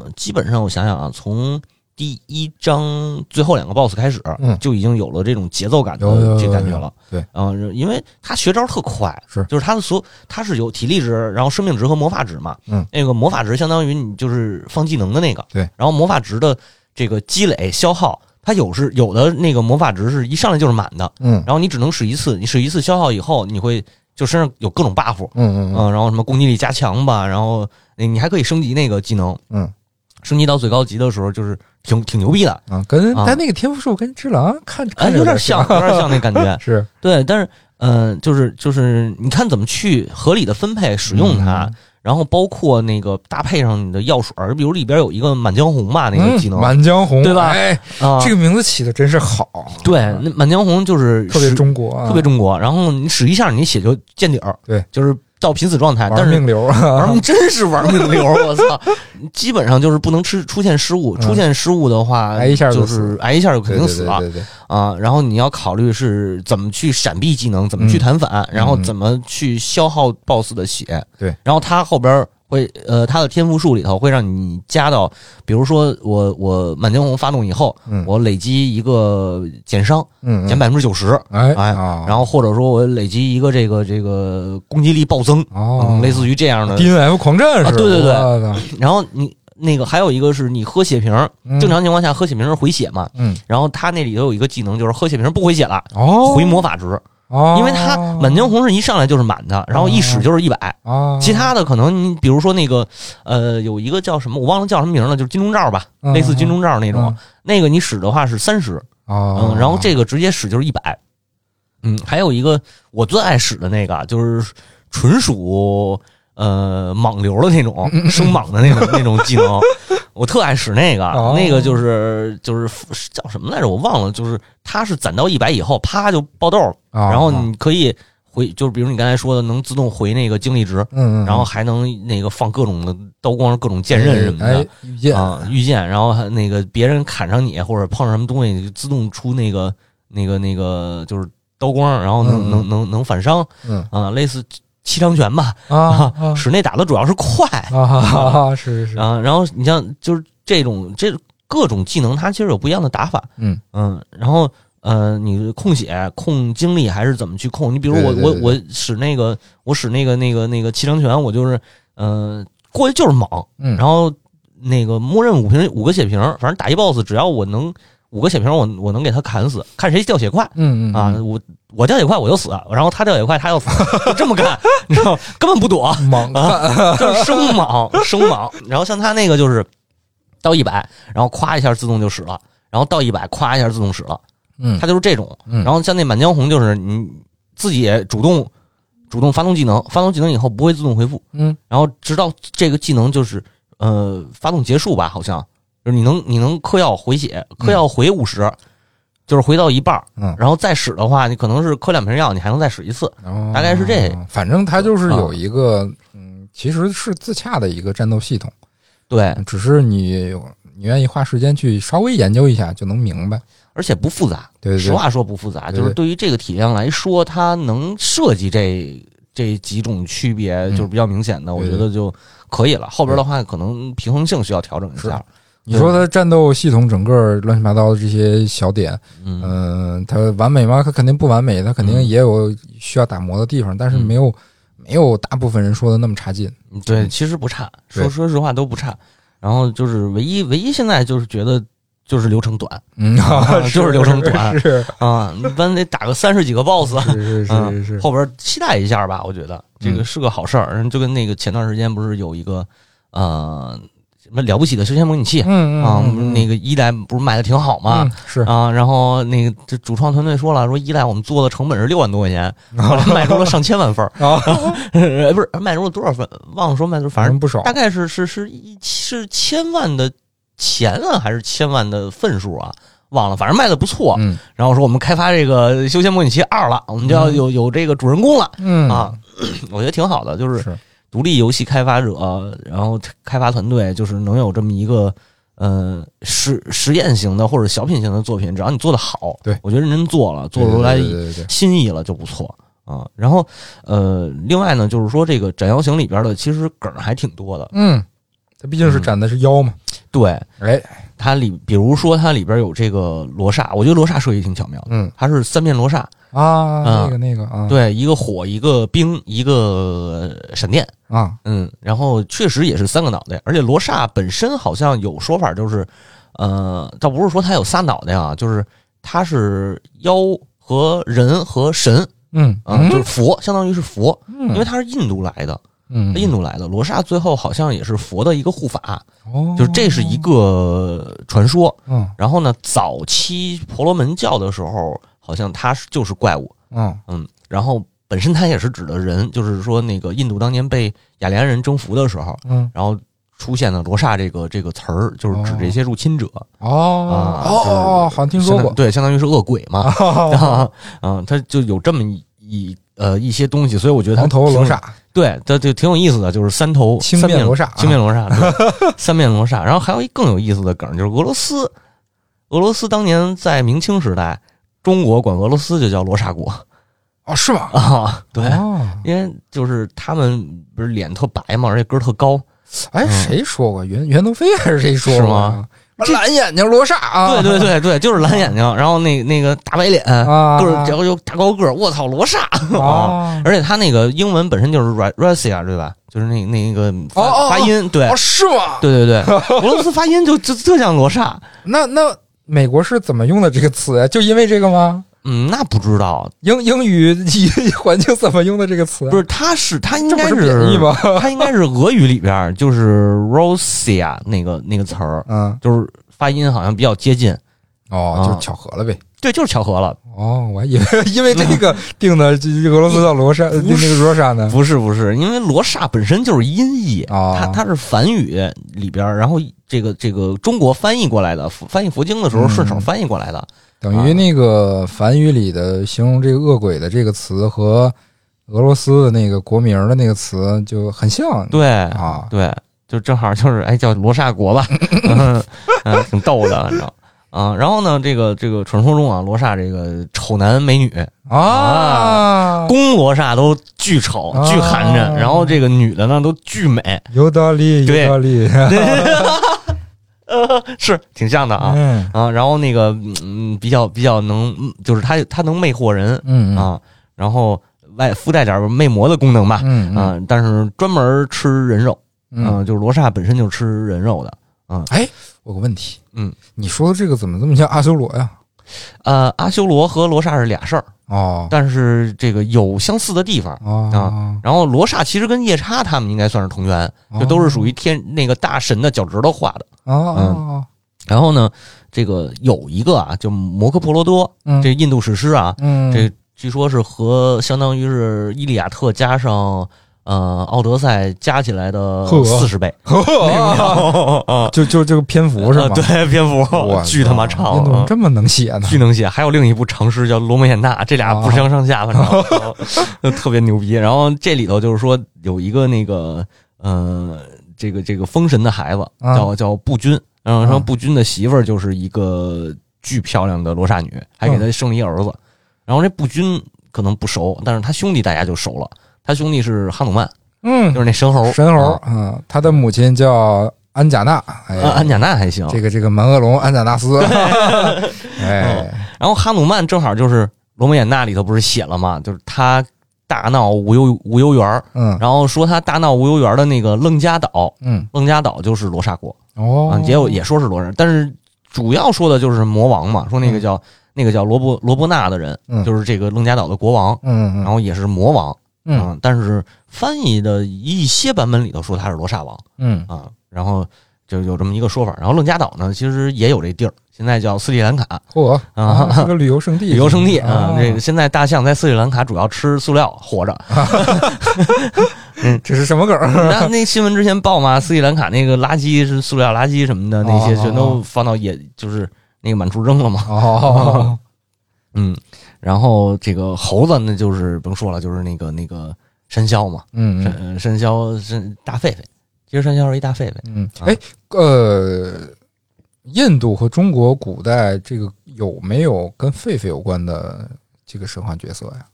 [SPEAKER 3] 嗯、基本上我想想啊，从第一章最后两个 BOSS 开始，
[SPEAKER 2] 嗯
[SPEAKER 3] 就已经有了这种节奏感
[SPEAKER 2] 有有有
[SPEAKER 3] 的这感觉了。
[SPEAKER 2] 有有
[SPEAKER 3] 嗯、因为他学招特快，
[SPEAKER 2] 是
[SPEAKER 3] 就是他的所有他是有体力值，然后生命值和魔法值嘛。
[SPEAKER 2] 嗯，
[SPEAKER 3] 那个魔法值相当于你就是放技能的那个，
[SPEAKER 2] 对。
[SPEAKER 3] 然后魔法值的这个积累消耗，它有是有的那个魔法值是一上来就是满的，
[SPEAKER 2] 嗯
[SPEAKER 3] 然后你只能使一次，你使一次消耗以后，你会就身上有各种 buff，
[SPEAKER 2] 嗯嗯
[SPEAKER 3] 嗯，然后什么攻击力加强吧，然后哎你你还可以升级那个技能，
[SPEAKER 2] 嗯
[SPEAKER 3] 升级到最高级的时候，就是挺挺牛逼的，
[SPEAKER 2] 嗯啊，跟
[SPEAKER 3] 啊
[SPEAKER 2] 但那个天赋树跟只狼看
[SPEAKER 3] 哎，
[SPEAKER 2] 看着，
[SPEAKER 3] 有点像，有点像那感觉
[SPEAKER 2] 是
[SPEAKER 3] 对，但是嗯、呃就是就是你看怎么去合理的分配使用它，然后包括那个搭配上你的药水儿，比如里边有一个满江红吧，那个技能
[SPEAKER 2] 嗯
[SPEAKER 3] 啊、
[SPEAKER 2] 满江红》
[SPEAKER 3] 对吧啊
[SPEAKER 2] 哎，这个名字起的真是好，
[SPEAKER 3] 对，那满江红就是
[SPEAKER 2] 特别
[SPEAKER 3] 使
[SPEAKER 2] 中国啊，
[SPEAKER 3] 特别中国，然后你使一下，你血就见底儿，
[SPEAKER 2] 对，
[SPEAKER 3] 就是到濒死状态，哎但
[SPEAKER 2] 玩
[SPEAKER 3] 是
[SPEAKER 2] 命流啊
[SPEAKER 3] 玩， 命真是玩命流，我操！ 基本上就是不能吃出现失误，
[SPEAKER 2] 嗯
[SPEAKER 3] 出现失误的话，
[SPEAKER 2] 挨一下就
[SPEAKER 3] 就
[SPEAKER 2] 死
[SPEAKER 3] 是挨一下就肯
[SPEAKER 2] 对
[SPEAKER 3] 定
[SPEAKER 2] 对
[SPEAKER 3] 死
[SPEAKER 2] 对
[SPEAKER 3] 了
[SPEAKER 2] 对对，
[SPEAKER 3] 啊。然后你要考虑是怎么去闪
[SPEAKER 2] 嗯
[SPEAKER 3] 避技能，怎么去弹反，然后怎么去消耗 BOSS 的血。
[SPEAKER 2] 对，
[SPEAKER 3] 然后他后边会呃，它的天赋树里头会让你加到，比如说我我满天红发动以后，
[SPEAKER 2] 嗯
[SPEAKER 3] 我累积一个减伤，
[SPEAKER 2] 嗯，
[SPEAKER 3] 减
[SPEAKER 2] 嗯
[SPEAKER 3] 百分之九十，
[SPEAKER 2] 哎
[SPEAKER 3] 哎
[SPEAKER 2] 啊，
[SPEAKER 3] 然后或者说我累积一个这个这个攻击力暴增，
[SPEAKER 2] 哦
[SPEAKER 3] 嗯，类似于这样的。
[SPEAKER 2] D N F 狂战是吧？
[SPEAKER 3] 啊对对对
[SPEAKER 2] 我操
[SPEAKER 3] 然后你那个还有一个是你喝血瓶儿，
[SPEAKER 2] 嗯
[SPEAKER 3] 正常情况下喝血瓶是回血嘛，
[SPEAKER 2] 嗯，
[SPEAKER 3] 然后他那里头有一个技能就是喝血瓶不回血了，
[SPEAKER 2] 哦，
[SPEAKER 3] 回魔法值，
[SPEAKER 2] 哦，
[SPEAKER 3] 因为他满江红是一上来就是满的，然后一使就是一百。
[SPEAKER 2] 啊，
[SPEAKER 3] 其他的可能你比如说那个呃有一个叫什么我忘了叫什么名了，就是金钟罩吧，
[SPEAKER 2] 嗯
[SPEAKER 3] 类似金钟罩那种
[SPEAKER 2] 嗯，
[SPEAKER 3] 那个你使的话是三十，
[SPEAKER 2] 啊，
[SPEAKER 3] 嗯，然后这个直接使就是一百。嗯，还有一个我最爱使的那个就是纯属呃莽流的那种
[SPEAKER 2] 嗯
[SPEAKER 3] 生莽的那 种那种技能，我特爱使那个
[SPEAKER 2] 哦。
[SPEAKER 3] 那个就是就是叫什么来着，我忘了。就是它是攒到一百以后，啪就爆豆了，
[SPEAKER 2] 啊，
[SPEAKER 3] 然后你可以回，就是比如你刚才说的，能自动回那个精力值，
[SPEAKER 2] 嗯嗯，
[SPEAKER 3] 然后还能那个放各种的刀光、各种剑刃什么的
[SPEAKER 2] 哎。，遇见
[SPEAKER 3] 啊，遇见，然后还那个别人砍上你或者碰上什么东西，就自动出那个那个那个就是刀光，然后能、
[SPEAKER 2] 嗯嗯
[SPEAKER 3] 能能能反伤
[SPEAKER 2] 嗯
[SPEAKER 3] 啊，类似七伤拳吧。
[SPEAKER 2] 啊啊
[SPEAKER 3] 室内打的主要是快
[SPEAKER 2] 啊哈哈哈，是是是，
[SPEAKER 3] 啊，然后你像就是这种这各种技能，它其实有不一样的打法，
[SPEAKER 2] 嗯
[SPEAKER 3] 嗯，然后呃，你控血、控精力还是怎么去控？你比如我
[SPEAKER 2] 对对对
[SPEAKER 3] 我我使那个我使那个那个那个七伤拳，我就是呃过去就是莽，
[SPEAKER 2] 嗯，
[SPEAKER 3] 然后那个默认五瓶五个血瓶，反正打一 boss 只要我能五个血瓶我，我能给他砍死，看谁掉血快
[SPEAKER 2] 嗯嗯
[SPEAKER 3] 啊！我我掉血快我就死，然后他掉血快他就死， 就这么干，你知道吗根本不躲，
[SPEAKER 2] 猛
[SPEAKER 3] 就是生莽 生莽。然后像他那个就是到一百，然后咵一下自动就使了，然后到一百咵一下自动使了，
[SPEAKER 2] 嗯
[SPEAKER 3] 他就是这种。
[SPEAKER 2] 嗯
[SPEAKER 3] 然后像那满江红就是你自己也主动主动发动技能，发动技能以后不会自动回复，
[SPEAKER 2] 嗯
[SPEAKER 3] 然后直到这个技能就是呃发动结束吧，好像就是你能你能嗑药回血，嗑药回五十、就是回到一半儿，
[SPEAKER 2] 嗯
[SPEAKER 3] 然后再使的话，你可能是嗑两瓶药，你还能再使一次。
[SPEAKER 2] 哦
[SPEAKER 3] 大概是这，啊
[SPEAKER 2] 反正它就是有一个嗯，其实是自洽的一个战斗系统，
[SPEAKER 3] 对，
[SPEAKER 2] 只是你你愿意花时间去稍微研究一下就能明白，
[SPEAKER 3] 而且不复杂。
[SPEAKER 2] 对对
[SPEAKER 3] 实
[SPEAKER 2] 对，
[SPEAKER 3] 话说不复杂，
[SPEAKER 2] 对
[SPEAKER 3] 就是对于这个体量来说，它能设计这这几种区别就是比较明显的，我
[SPEAKER 2] 嗯对
[SPEAKER 3] 觉
[SPEAKER 2] 对
[SPEAKER 3] 得就可以了。后边的话可能平衡性需要调整一下。
[SPEAKER 2] 你说它战斗系统整个乱七八糟的这些小点，
[SPEAKER 3] 嗯
[SPEAKER 2] 嗯，它完美吗？它肯定不完美，它肯定
[SPEAKER 3] 嗯
[SPEAKER 2] 也有需要打磨的地方，但是
[SPEAKER 3] 嗯
[SPEAKER 2] 没有没有大部分人说的那么差劲，
[SPEAKER 3] 对，其实不差，说
[SPEAKER 2] 嗯对
[SPEAKER 3] 说实话都不差。然后就是唯一唯一现在就是觉得就是流程短
[SPEAKER 2] 嗯，
[SPEAKER 3] 啊 就是流程短
[SPEAKER 2] 是
[SPEAKER 3] 啊，一般得打个三十几个 boss，
[SPEAKER 2] 是是
[SPEAKER 3] 嗯
[SPEAKER 2] 是是嗯是，
[SPEAKER 3] 后边期待一下吧，我觉得这个是个好事儿。嗯就跟那个前段时间不是有一个呃什么了不起的修仙模拟器
[SPEAKER 2] 嗯
[SPEAKER 3] 啊，
[SPEAKER 2] 嗯
[SPEAKER 3] 那个一代不是卖的挺好嘛
[SPEAKER 2] 嗯。是
[SPEAKER 3] 啊，然后那个这主创团队说了，说一代我们做的成本是六万多块钱， 后来卖出了上千万份儿，
[SPEAKER 2] 啊，
[SPEAKER 3] 呃不是卖出了多少份，忘了说卖出，反正
[SPEAKER 2] 不少
[SPEAKER 3] 大，概是是是一是千万的钱啊，还是千万的份数啊？忘了，反正卖的不错。
[SPEAKER 2] 嗯
[SPEAKER 3] 然后说我们开发这个《修仙模拟器二》了，我们就要有有这个主人公了
[SPEAKER 2] 嗯
[SPEAKER 3] 啊， 我觉得挺好的，就是
[SPEAKER 2] 是
[SPEAKER 3] 独立游戏开发者，然后开发团队就是能有这么一个。呃，实实验型的或者小品型的作品，只要你做的好，
[SPEAKER 2] 对
[SPEAKER 3] 我觉得认真做了，做出来
[SPEAKER 2] 对对对对对
[SPEAKER 3] 心意了就不错啊。然后，呃，另外呢，就是说这个《斩妖行》里边的其实梗儿还挺多的，
[SPEAKER 2] 嗯，它毕竟是斩的是妖嘛，
[SPEAKER 3] 对，
[SPEAKER 2] 哎，
[SPEAKER 3] 它里比如说它里边有这个罗刹，我觉得罗刹设计挺巧妙的，
[SPEAKER 2] 嗯
[SPEAKER 3] 它是三面罗刹，
[SPEAKER 2] 啊，
[SPEAKER 3] 啊
[SPEAKER 2] 那个那个啊，
[SPEAKER 3] 对，一个火，一个冰，一个呃闪电，
[SPEAKER 2] 啊，
[SPEAKER 3] 嗯，然后确实也是三个脑袋，而且罗刹本身好像有说法就是，呃，倒不是说它有仨脑袋啊，就是它是妖和人和神
[SPEAKER 2] 嗯
[SPEAKER 3] 啊，就是佛，相当于是佛，因为它是印度来的，
[SPEAKER 2] 嗯，
[SPEAKER 3] 印度来的罗刹最后好像也是佛的一个护法，
[SPEAKER 2] 哦，
[SPEAKER 3] 就是这是一个传说，
[SPEAKER 2] 嗯
[SPEAKER 3] 然后呢，早期婆罗门教的时候，好像他是就是怪物，
[SPEAKER 2] 嗯
[SPEAKER 3] 嗯，然后本身他也是指的人，就是说那个印度当年被雅利安人征服的时候，
[SPEAKER 2] 嗯
[SPEAKER 3] 然后出现了罗刹这个这个词儿，就是指这些入侵者，
[SPEAKER 2] 哦
[SPEAKER 3] 啊
[SPEAKER 2] 哦，好像听说
[SPEAKER 3] 相
[SPEAKER 2] 过哦
[SPEAKER 3] 当对，相当于是恶鬼嘛，啊，嗯，他就有这么一一呃一些东西，所以我觉得他
[SPEAKER 2] 黄头罗
[SPEAKER 3] 挺
[SPEAKER 2] 刹，
[SPEAKER 3] 对，它就挺有意思的，就是三头
[SPEAKER 2] 青
[SPEAKER 3] 三
[SPEAKER 2] 面
[SPEAKER 3] 面
[SPEAKER 2] 罗刹啊
[SPEAKER 3] 青面罗刹，对 三面罗刹。然后还有一更有意思的梗，就是俄罗斯，俄罗斯当年在明清时代，中国管俄罗斯就叫罗刹国
[SPEAKER 2] 哦，是吗？
[SPEAKER 3] 啊，对，
[SPEAKER 2] 哦，
[SPEAKER 3] 因为就是他们不是脸特白嘛，而且个儿特高，
[SPEAKER 2] 哎，
[SPEAKER 3] 嗯
[SPEAKER 2] 谁说过袁袁腾飞还是谁说过啊？蓝眼睛罗刹啊？
[SPEAKER 3] 对对对对，就是蓝眼睛，然后那那个大白脸，
[SPEAKER 2] 啊
[SPEAKER 3] 个儿然后又大高个儿，我操，罗刹啊！
[SPEAKER 2] 哦
[SPEAKER 3] 而且他那个英文本身就是 Ru- Russia 对吧？就是那那个发
[SPEAKER 2] 哦哦哦
[SPEAKER 3] 发音，对
[SPEAKER 2] 哦，是吗？
[SPEAKER 3] 对对对， 俄罗斯发音就就就像罗刹。
[SPEAKER 2] 那那美国是怎么用的这个词呀？就因为这个吗？
[SPEAKER 3] 嗯，那不知道，
[SPEAKER 2] 英英语 环境怎么用的这个词？啊
[SPEAKER 3] 不是，他是他应
[SPEAKER 2] 这
[SPEAKER 3] 该
[SPEAKER 2] 不是贬义吗？
[SPEAKER 3] 他应该是俄语里边儿就是 Russia 那个那个词儿，
[SPEAKER 2] 嗯，
[SPEAKER 3] 就是发音好像比较接近。
[SPEAKER 2] 哦，
[SPEAKER 3] 啊
[SPEAKER 2] 就巧合了呗。
[SPEAKER 3] 对，就是巧合了，
[SPEAKER 2] 哦，我还以为 因为这个定 的这俄罗斯叫罗刹，
[SPEAKER 3] 不
[SPEAKER 2] 那
[SPEAKER 3] 是
[SPEAKER 2] 个罗刹呢？
[SPEAKER 3] 不是不是，因为罗刹本身就是音译，
[SPEAKER 2] 哦
[SPEAKER 3] 它它是梵语里边儿，然后这个这个中国翻译过来的，佛翻译佛经的时候
[SPEAKER 2] 嗯
[SPEAKER 3] 顺手翻译过来的，
[SPEAKER 2] 等于那个梵语里的形容这个恶鬼的这个词和俄罗斯的那个国名的那个词就很像。
[SPEAKER 3] 对
[SPEAKER 2] 啊，
[SPEAKER 3] 对，就正好就是哎叫罗刹国 吧，嗯，嗯挺逗的，你知道。啊，然后呢，这个这个传说中啊，罗刹这个丑男美女，
[SPEAKER 2] 啊，
[SPEAKER 3] 公罗刹都巨丑、
[SPEAKER 2] 啊
[SPEAKER 3] 巨寒碜，然后这个女的呢都巨 美，
[SPEAKER 2] 有道理，
[SPEAKER 3] 对
[SPEAKER 2] 有道理。
[SPEAKER 3] 呃，是挺像的啊
[SPEAKER 2] 嗯
[SPEAKER 3] 啊，然后那个嗯，比较比较能，嗯就是她她能魅惑人
[SPEAKER 2] 嗯
[SPEAKER 3] 啊，然后外附带点魅魔的功能吧，
[SPEAKER 2] 嗯
[SPEAKER 3] 啊，但是专门吃人肉，
[SPEAKER 2] 嗯，
[SPEAKER 3] 啊，就是罗刹本身就是吃人肉的，
[SPEAKER 2] 我有个问题，
[SPEAKER 3] 嗯，
[SPEAKER 2] 你说的这个怎么这么像阿修罗呀？
[SPEAKER 3] 呃，阿修罗和罗刹是俩事儿，
[SPEAKER 2] 哦
[SPEAKER 3] 但是这个有相似的地方。
[SPEAKER 2] 哦，
[SPEAKER 3] 然后罗刹其实跟夜叉他们应该算是同源，这都是属于天那个大神的脚趾头画的。
[SPEAKER 2] 哦哦，
[SPEAKER 3] 然后呢，这个有一个啊，就摩诃婆罗多，
[SPEAKER 2] 嗯
[SPEAKER 3] 这印度史诗啊，
[SPEAKER 2] 嗯
[SPEAKER 3] 这据说是和相当于是《伊利亚特》加上呃《奥德赛》加起来的
[SPEAKER 2] 呵哦
[SPEAKER 3] 四十倍，哦啊，
[SPEAKER 2] 就就这个篇幅哦是吗？
[SPEAKER 3] 对，篇幅
[SPEAKER 2] 我
[SPEAKER 3] 巨他妈
[SPEAKER 2] 印度人
[SPEAKER 3] 长。啊
[SPEAKER 2] 这么能写 呢
[SPEAKER 3] 巨能写，还有另一部长诗叫《罗摩衍那》， 这俩不相上下，反
[SPEAKER 2] 哦
[SPEAKER 3] 正、 嗯特别牛逼。然后这里头就是说有一个那个呃，这个这个封神的孩子
[SPEAKER 2] 啊
[SPEAKER 3] 叫、叫步军，然后说
[SPEAKER 2] 啊
[SPEAKER 3] 步军的媳妇儿就是一个巨漂亮的罗刹女，还给他生了一儿子。
[SPEAKER 2] 嗯
[SPEAKER 3] 然后这步军可能不熟，但是他兄弟大家就熟了。他兄弟是哈努曼，
[SPEAKER 2] 嗯
[SPEAKER 3] 就是那神猴，
[SPEAKER 2] 神猴
[SPEAKER 3] 啊，
[SPEAKER 2] 嗯，他的母亲叫安贾娜，哎
[SPEAKER 3] 啊，安贾娜还行。
[SPEAKER 2] 这个这个蛮恶龙安贾 纳斯，哎，
[SPEAKER 3] 然后哈努曼正好就是《罗摩衍那》里头不是写了吗？就是他大闹无忧无忧园儿，
[SPEAKER 2] 嗯
[SPEAKER 3] 然后说他大闹无忧园的那个楞伽岛，
[SPEAKER 2] 嗯，
[SPEAKER 3] 楞伽岛就是罗刹国啊
[SPEAKER 2] 哦，，
[SPEAKER 3] 也有也说是罗刹，但是主要说的就是魔王嘛，说那个叫那个叫罗伯罗伯纳的人，
[SPEAKER 2] 嗯
[SPEAKER 3] 就是这个楞伽岛的国王，
[SPEAKER 2] 嗯，
[SPEAKER 3] 然
[SPEAKER 2] 嗯
[SPEAKER 3] 后也是魔王
[SPEAKER 2] 嗯
[SPEAKER 3] 啊，但是翻译的一些版本里头说他是罗刹王
[SPEAKER 2] 嗯
[SPEAKER 3] 啊，然后就有这么一个说法。然后楞伽岛呢，其实也有这地儿，现在叫斯里兰卡，
[SPEAKER 2] 嚯
[SPEAKER 3] 啊
[SPEAKER 2] 是个旅游胜地，
[SPEAKER 3] 旅游胜地啊
[SPEAKER 2] 啊。，
[SPEAKER 3] 这个现在大象在斯里兰卡主要吃塑料活着。
[SPEAKER 2] 这是什么梗儿？
[SPEAKER 3] 那那新闻之前报嘛，斯里兰卡那个垃圾是塑料垃圾什么的，那些
[SPEAKER 2] 哦
[SPEAKER 3] 全都放到野，就是那个满处扔了嘛。
[SPEAKER 2] 哦，
[SPEAKER 3] 嗯，然后这个猴子那就是甭说了，就是那个那个山魈嘛，
[SPEAKER 2] 嗯
[SPEAKER 3] 山
[SPEAKER 2] 嗯
[SPEAKER 3] 呃山魈是大狒狒，其实山魈是一大狒狒。
[SPEAKER 2] 嗯，哎，呃，印度和中国古代这个有没有跟狒狒有关的这个神话角色呀？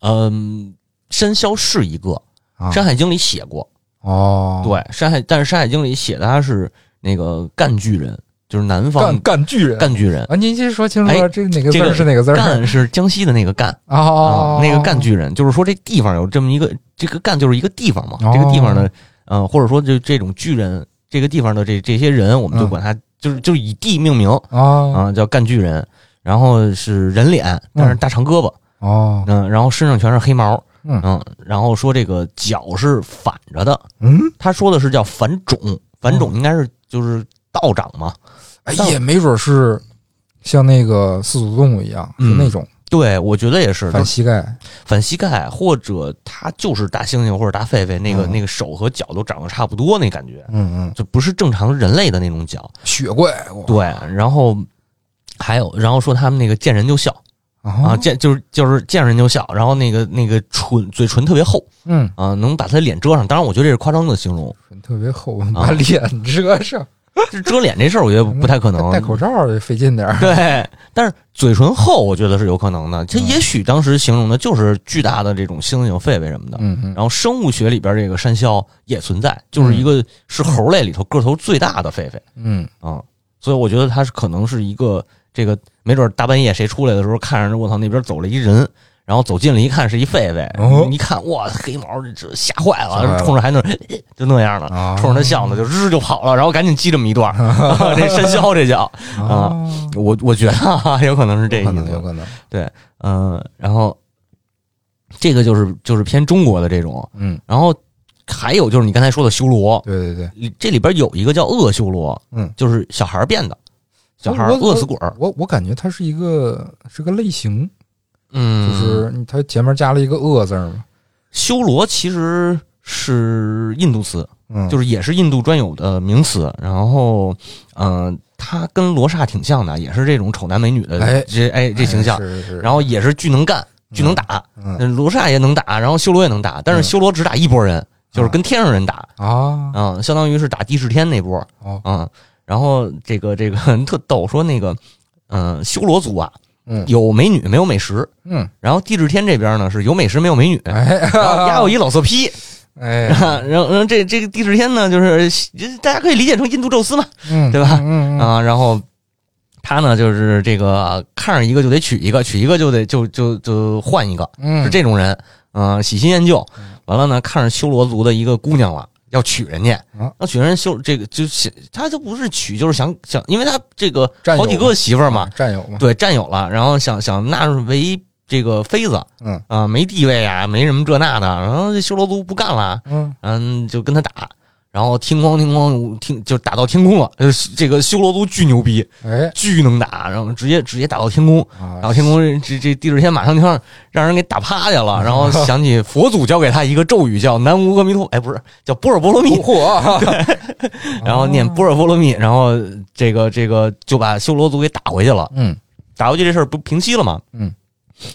[SPEAKER 3] 嗯，山魈是一个，
[SPEAKER 2] 啊
[SPEAKER 3] 《山海经》里写过，
[SPEAKER 2] 哦，
[SPEAKER 3] 对，山海，但是《山海经》里写的他是那个赣巨人，就是南方
[SPEAKER 2] 干干巨人
[SPEAKER 3] 赣巨人。
[SPEAKER 2] 啊！您先说清楚
[SPEAKER 3] 哎
[SPEAKER 2] 了，这哪个字
[SPEAKER 3] 这个
[SPEAKER 2] 儿是哪个字儿
[SPEAKER 3] 赣是江西的那个赣
[SPEAKER 2] 哦
[SPEAKER 3] 啊，，那个赣巨人，就是说这地方有这么一个，这个赣就是一个地方嘛。
[SPEAKER 2] 哦
[SPEAKER 3] 这个地方呢，呃，或者说就这种巨人，这个地方的这这些人，我们就
[SPEAKER 2] 嗯
[SPEAKER 3] 管他就是就是以地命名
[SPEAKER 2] 啊
[SPEAKER 3] 啊，叫赣巨人。然后是人脸，但是
[SPEAKER 2] 嗯
[SPEAKER 3] 大长胳膊，
[SPEAKER 2] 哦，
[SPEAKER 3] 嗯，然后身上全是黑毛，
[SPEAKER 2] 嗯
[SPEAKER 3] 嗯，然后说这个脚是反着的，
[SPEAKER 2] 嗯，
[SPEAKER 3] 他说的是叫反种，反
[SPEAKER 2] 哦
[SPEAKER 3] 种应该是就是倒长嘛，
[SPEAKER 2] 哎，
[SPEAKER 3] 但
[SPEAKER 2] 也没准是像那个四足动物一样，
[SPEAKER 3] 嗯
[SPEAKER 2] 是那种
[SPEAKER 3] 对我觉得也是，
[SPEAKER 2] 翻膝盖
[SPEAKER 3] 反膝盖，或者他就是大猩猩或者大狒狒，那个、
[SPEAKER 2] 嗯
[SPEAKER 3] 那个手和脚都长得差不多，那感觉
[SPEAKER 2] 嗯嗯，
[SPEAKER 3] 就不是正常人类的那种脚。
[SPEAKER 2] 雪怪我
[SPEAKER 3] 对，然后还有，然后说他们那个见人就笑啊，
[SPEAKER 2] 啊，
[SPEAKER 3] 见就是就是见人就笑，然后那个那个唇嘴唇特别厚
[SPEAKER 2] 嗯，
[SPEAKER 3] 啊，能把他脸遮上。当然，我觉得这是夸张的形容
[SPEAKER 2] 特别厚，把脸遮上，
[SPEAKER 3] 这遮脸这事儿，我觉得不太可能。啊
[SPEAKER 2] 戴口罩儿费劲点儿。
[SPEAKER 3] 对，但是嘴唇厚，我觉得是有可能的。它
[SPEAKER 2] 嗯
[SPEAKER 3] 也许当时形容的就是巨大的这种猩猩、狒狒什么的。
[SPEAKER 2] 嗯嗯
[SPEAKER 3] 然后生物学里边这个山魈也存在，就是一个是猴类里头个头最大的狒狒
[SPEAKER 2] 嗯，
[SPEAKER 3] 啊，所以我觉得它是可能是一个这个，没准大半夜谁出来的时候看着我操那边走了一人，然后走近了一看是一狒狒，
[SPEAKER 2] 哦
[SPEAKER 3] 你一看哇黑毛这这吓坏
[SPEAKER 2] 吓坏
[SPEAKER 3] 了，
[SPEAKER 2] 了
[SPEAKER 3] 冲着还那就那样了，
[SPEAKER 2] 啊
[SPEAKER 3] 冲着他笑呢就日就跑了，然后赶紧击这么一 段，这山魈这叫。啊
[SPEAKER 2] 哦
[SPEAKER 3] 我我觉得啊， 有可能是这
[SPEAKER 2] 有
[SPEAKER 3] 意思，
[SPEAKER 2] 可能有可能。
[SPEAKER 3] 嗯、然后这个就是就是偏中国的这种，
[SPEAKER 2] 嗯，
[SPEAKER 3] 然后还有就是你刚才说的修罗，
[SPEAKER 2] 对对对，
[SPEAKER 3] 里这里边有一个叫恶修罗，
[SPEAKER 2] 嗯，
[SPEAKER 3] 就是小孩儿变的，小孩儿
[SPEAKER 2] 我我
[SPEAKER 3] 饿死鬼儿，
[SPEAKER 2] 我我感觉它是一个是个类型，就
[SPEAKER 3] 嗯，
[SPEAKER 2] 是你它前面加了一个恶字儿嘛。
[SPEAKER 3] 修罗其实是印度词，
[SPEAKER 2] 嗯，
[SPEAKER 3] 就是是也是印度专有的名词，然后嗯、呃它跟罗刹挺像的，也是这种丑男美女的，
[SPEAKER 2] 哎
[SPEAKER 3] 这哎这形象，
[SPEAKER 2] 是是。
[SPEAKER 3] 然后也是巨能干，巨能打。
[SPEAKER 2] 嗯
[SPEAKER 3] 嗯，罗刹也能打，然后修罗也能打，但是
[SPEAKER 2] 嗯
[SPEAKER 3] 修罗只打一波人，就是跟天上人打
[SPEAKER 2] 啊
[SPEAKER 3] 啊、相当于是打地势天那波
[SPEAKER 2] 哦
[SPEAKER 3] 啊、然后这个 这个特逗，说那个嗯、呃修罗族啊，
[SPEAKER 2] 嗯
[SPEAKER 3] 有美女没有美食，
[SPEAKER 2] 嗯，
[SPEAKER 3] 然后地质天这边呢是有美食没有 美女。
[SPEAKER 2] 哎
[SPEAKER 3] 然后压有一老色 批，
[SPEAKER 2] 哎
[SPEAKER 3] 然，后然后这这个地质天呢，就是大家可以理解成印度宙斯嘛
[SPEAKER 2] 嗯
[SPEAKER 3] 对吧
[SPEAKER 2] 嗯嗯嗯
[SPEAKER 3] 啊，然后他呢就是这个看上一个就得娶一个，娶一个就得就就就换一个，
[SPEAKER 2] 嗯，
[SPEAKER 3] 是这种人，嗯、喜新厌旧。完了呢，看上修罗族的一个姑娘了，要娶人家
[SPEAKER 2] 啊，
[SPEAKER 3] 要娶人修这个就是他就不是娶，就是想想，因为他这个
[SPEAKER 2] 占有
[SPEAKER 3] 好几个媳妇儿嘛
[SPEAKER 2] 啊，战友嘛。
[SPEAKER 3] 对，占有了，然后想想纳入为这个妃子，
[SPEAKER 2] 嗯
[SPEAKER 3] 啊、没地位啊，没什么这那的，然后这修罗族不干了，
[SPEAKER 2] 嗯
[SPEAKER 3] 嗯，就跟他打。然后听光听光听就打到天空了，呃这个修罗族巨牛逼，
[SPEAKER 2] 哎
[SPEAKER 3] 巨能打，然后直接直接打到天空，
[SPEAKER 2] 啊
[SPEAKER 3] 然后天空这这这地质天马上就让让人给打趴下 了，然后想起佛祖教给他一个咒语叫南无阿弥陀，哎不是叫波尔波罗蜜，
[SPEAKER 2] 嚯，
[SPEAKER 3] 然后念波尔波罗蜜，然后这个这个就把修罗族给打回去了，
[SPEAKER 2] 嗯
[SPEAKER 3] 打回去这事儿不平息了吗？
[SPEAKER 2] 嗯，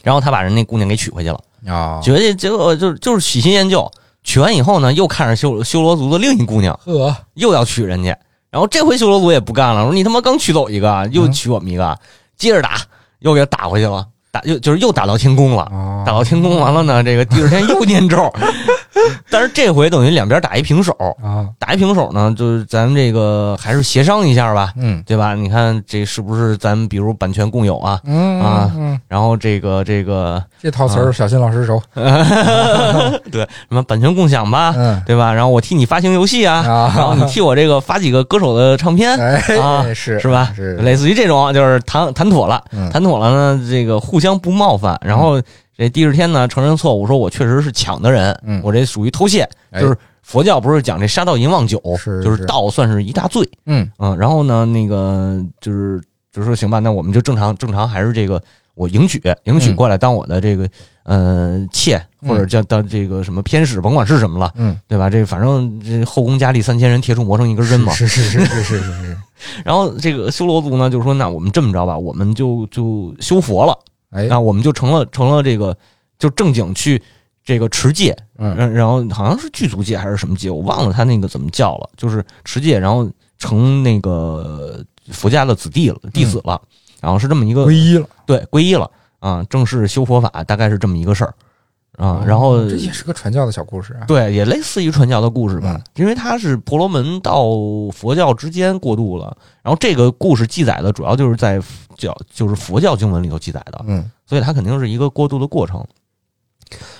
[SPEAKER 3] 然后他把人那姑娘给娶回去了，
[SPEAKER 2] 啊
[SPEAKER 3] 娶回去结果就是就是喜新厌旧，娶完以后呢又看上修修罗族的另一姑娘，
[SPEAKER 2] 呵，
[SPEAKER 3] 又要娶人家，然后这回修罗族也不干了，说你他妈刚娶走一个，又娶我们一个，接着打，又给他打回去了，打又就是又打到天宫了。
[SPEAKER 2] 啊
[SPEAKER 3] 打到天宫完了呢，这个第二天又念咒，但是这回等于两边打一平手，
[SPEAKER 2] 啊
[SPEAKER 3] 打一平手呢，就是咱们这个还是协商一下吧，
[SPEAKER 2] 嗯
[SPEAKER 3] 对吧？你看这是不是咱们比如版权共有啊？
[SPEAKER 2] 嗯
[SPEAKER 3] 啊
[SPEAKER 2] 嗯，
[SPEAKER 3] 然后这个这个
[SPEAKER 2] 这套词儿小新老师熟。
[SPEAKER 3] 对什么版权共享吧，
[SPEAKER 2] 嗯
[SPEAKER 3] 对吧？然后我替你发行游戏啊，然后
[SPEAKER 2] 啊，
[SPEAKER 3] 你替我这个发几个歌手的唱片，
[SPEAKER 2] 哎
[SPEAKER 3] 啊
[SPEAKER 2] 是
[SPEAKER 3] 是吧？
[SPEAKER 2] 是
[SPEAKER 3] 类似于这种，就是谈谈妥了，
[SPEAKER 2] 嗯
[SPEAKER 3] 谈妥了呢，这个互相不冒犯，然后这第二天呢承认错误，说我确实是抢的人，
[SPEAKER 2] 嗯
[SPEAKER 3] 我这属于偷窃，
[SPEAKER 2] 哎
[SPEAKER 3] 就是佛教不是讲这杀盗淫妄酒，
[SPEAKER 2] 是
[SPEAKER 3] 就是
[SPEAKER 2] 是
[SPEAKER 3] 盗算是一大罪，
[SPEAKER 2] 嗯
[SPEAKER 3] 嗯，然后呢那个就是就是说行吧，那我们就正常正常还是这个我迎娶迎娶
[SPEAKER 2] 嗯
[SPEAKER 3] 过来当我的这个呃妾或者
[SPEAKER 2] 嗯
[SPEAKER 3] 叫当这个什么偏使，甭管是什么了。
[SPEAKER 2] 嗯，
[SPEAKER 3] 对吧？这反正这后宫佳丽三千人，铁杵磨成一根针嘛。
[SPEAKER 2] 是是是是是是是，
[SPEAKER 3] 然后这个修罗族呢，就说那我们这么着吧，我们就就修佛了，
[SPEAKER 2] 哎
[SPEAKER 3] 那我们就成了成了这个就正经去这个持戒，
[SPEAKER 2] 嗯
[SPEAKER 3] 然然后好像是具足戒还是什么戒，我忘了他那个怎么叫了，就是持戒，然后成那个佛家的子弟了弟子了，然后是这么一个
[SPEAKER 2] 嗯皈依了
[SPEAKER 3] 对皈依了啊，正式修佛法，大概是这么一个事儿啊，然后
[SPEAKER 2] 哦这也是个传教的小故事啊。
[SPEAKER 3] 对，也类似于传教的故事吧
[SPEAKER 2] 嗯，
[SPEAKER 3] 因为它是婆罗门到佛教之间过渡了。然后这个故事记载的主要就是在教，就是佛教经文里头记载的，
[SPEAKER 2] 嗯
[SPEAKER 3] 所以它肯定是一个过渡的过程。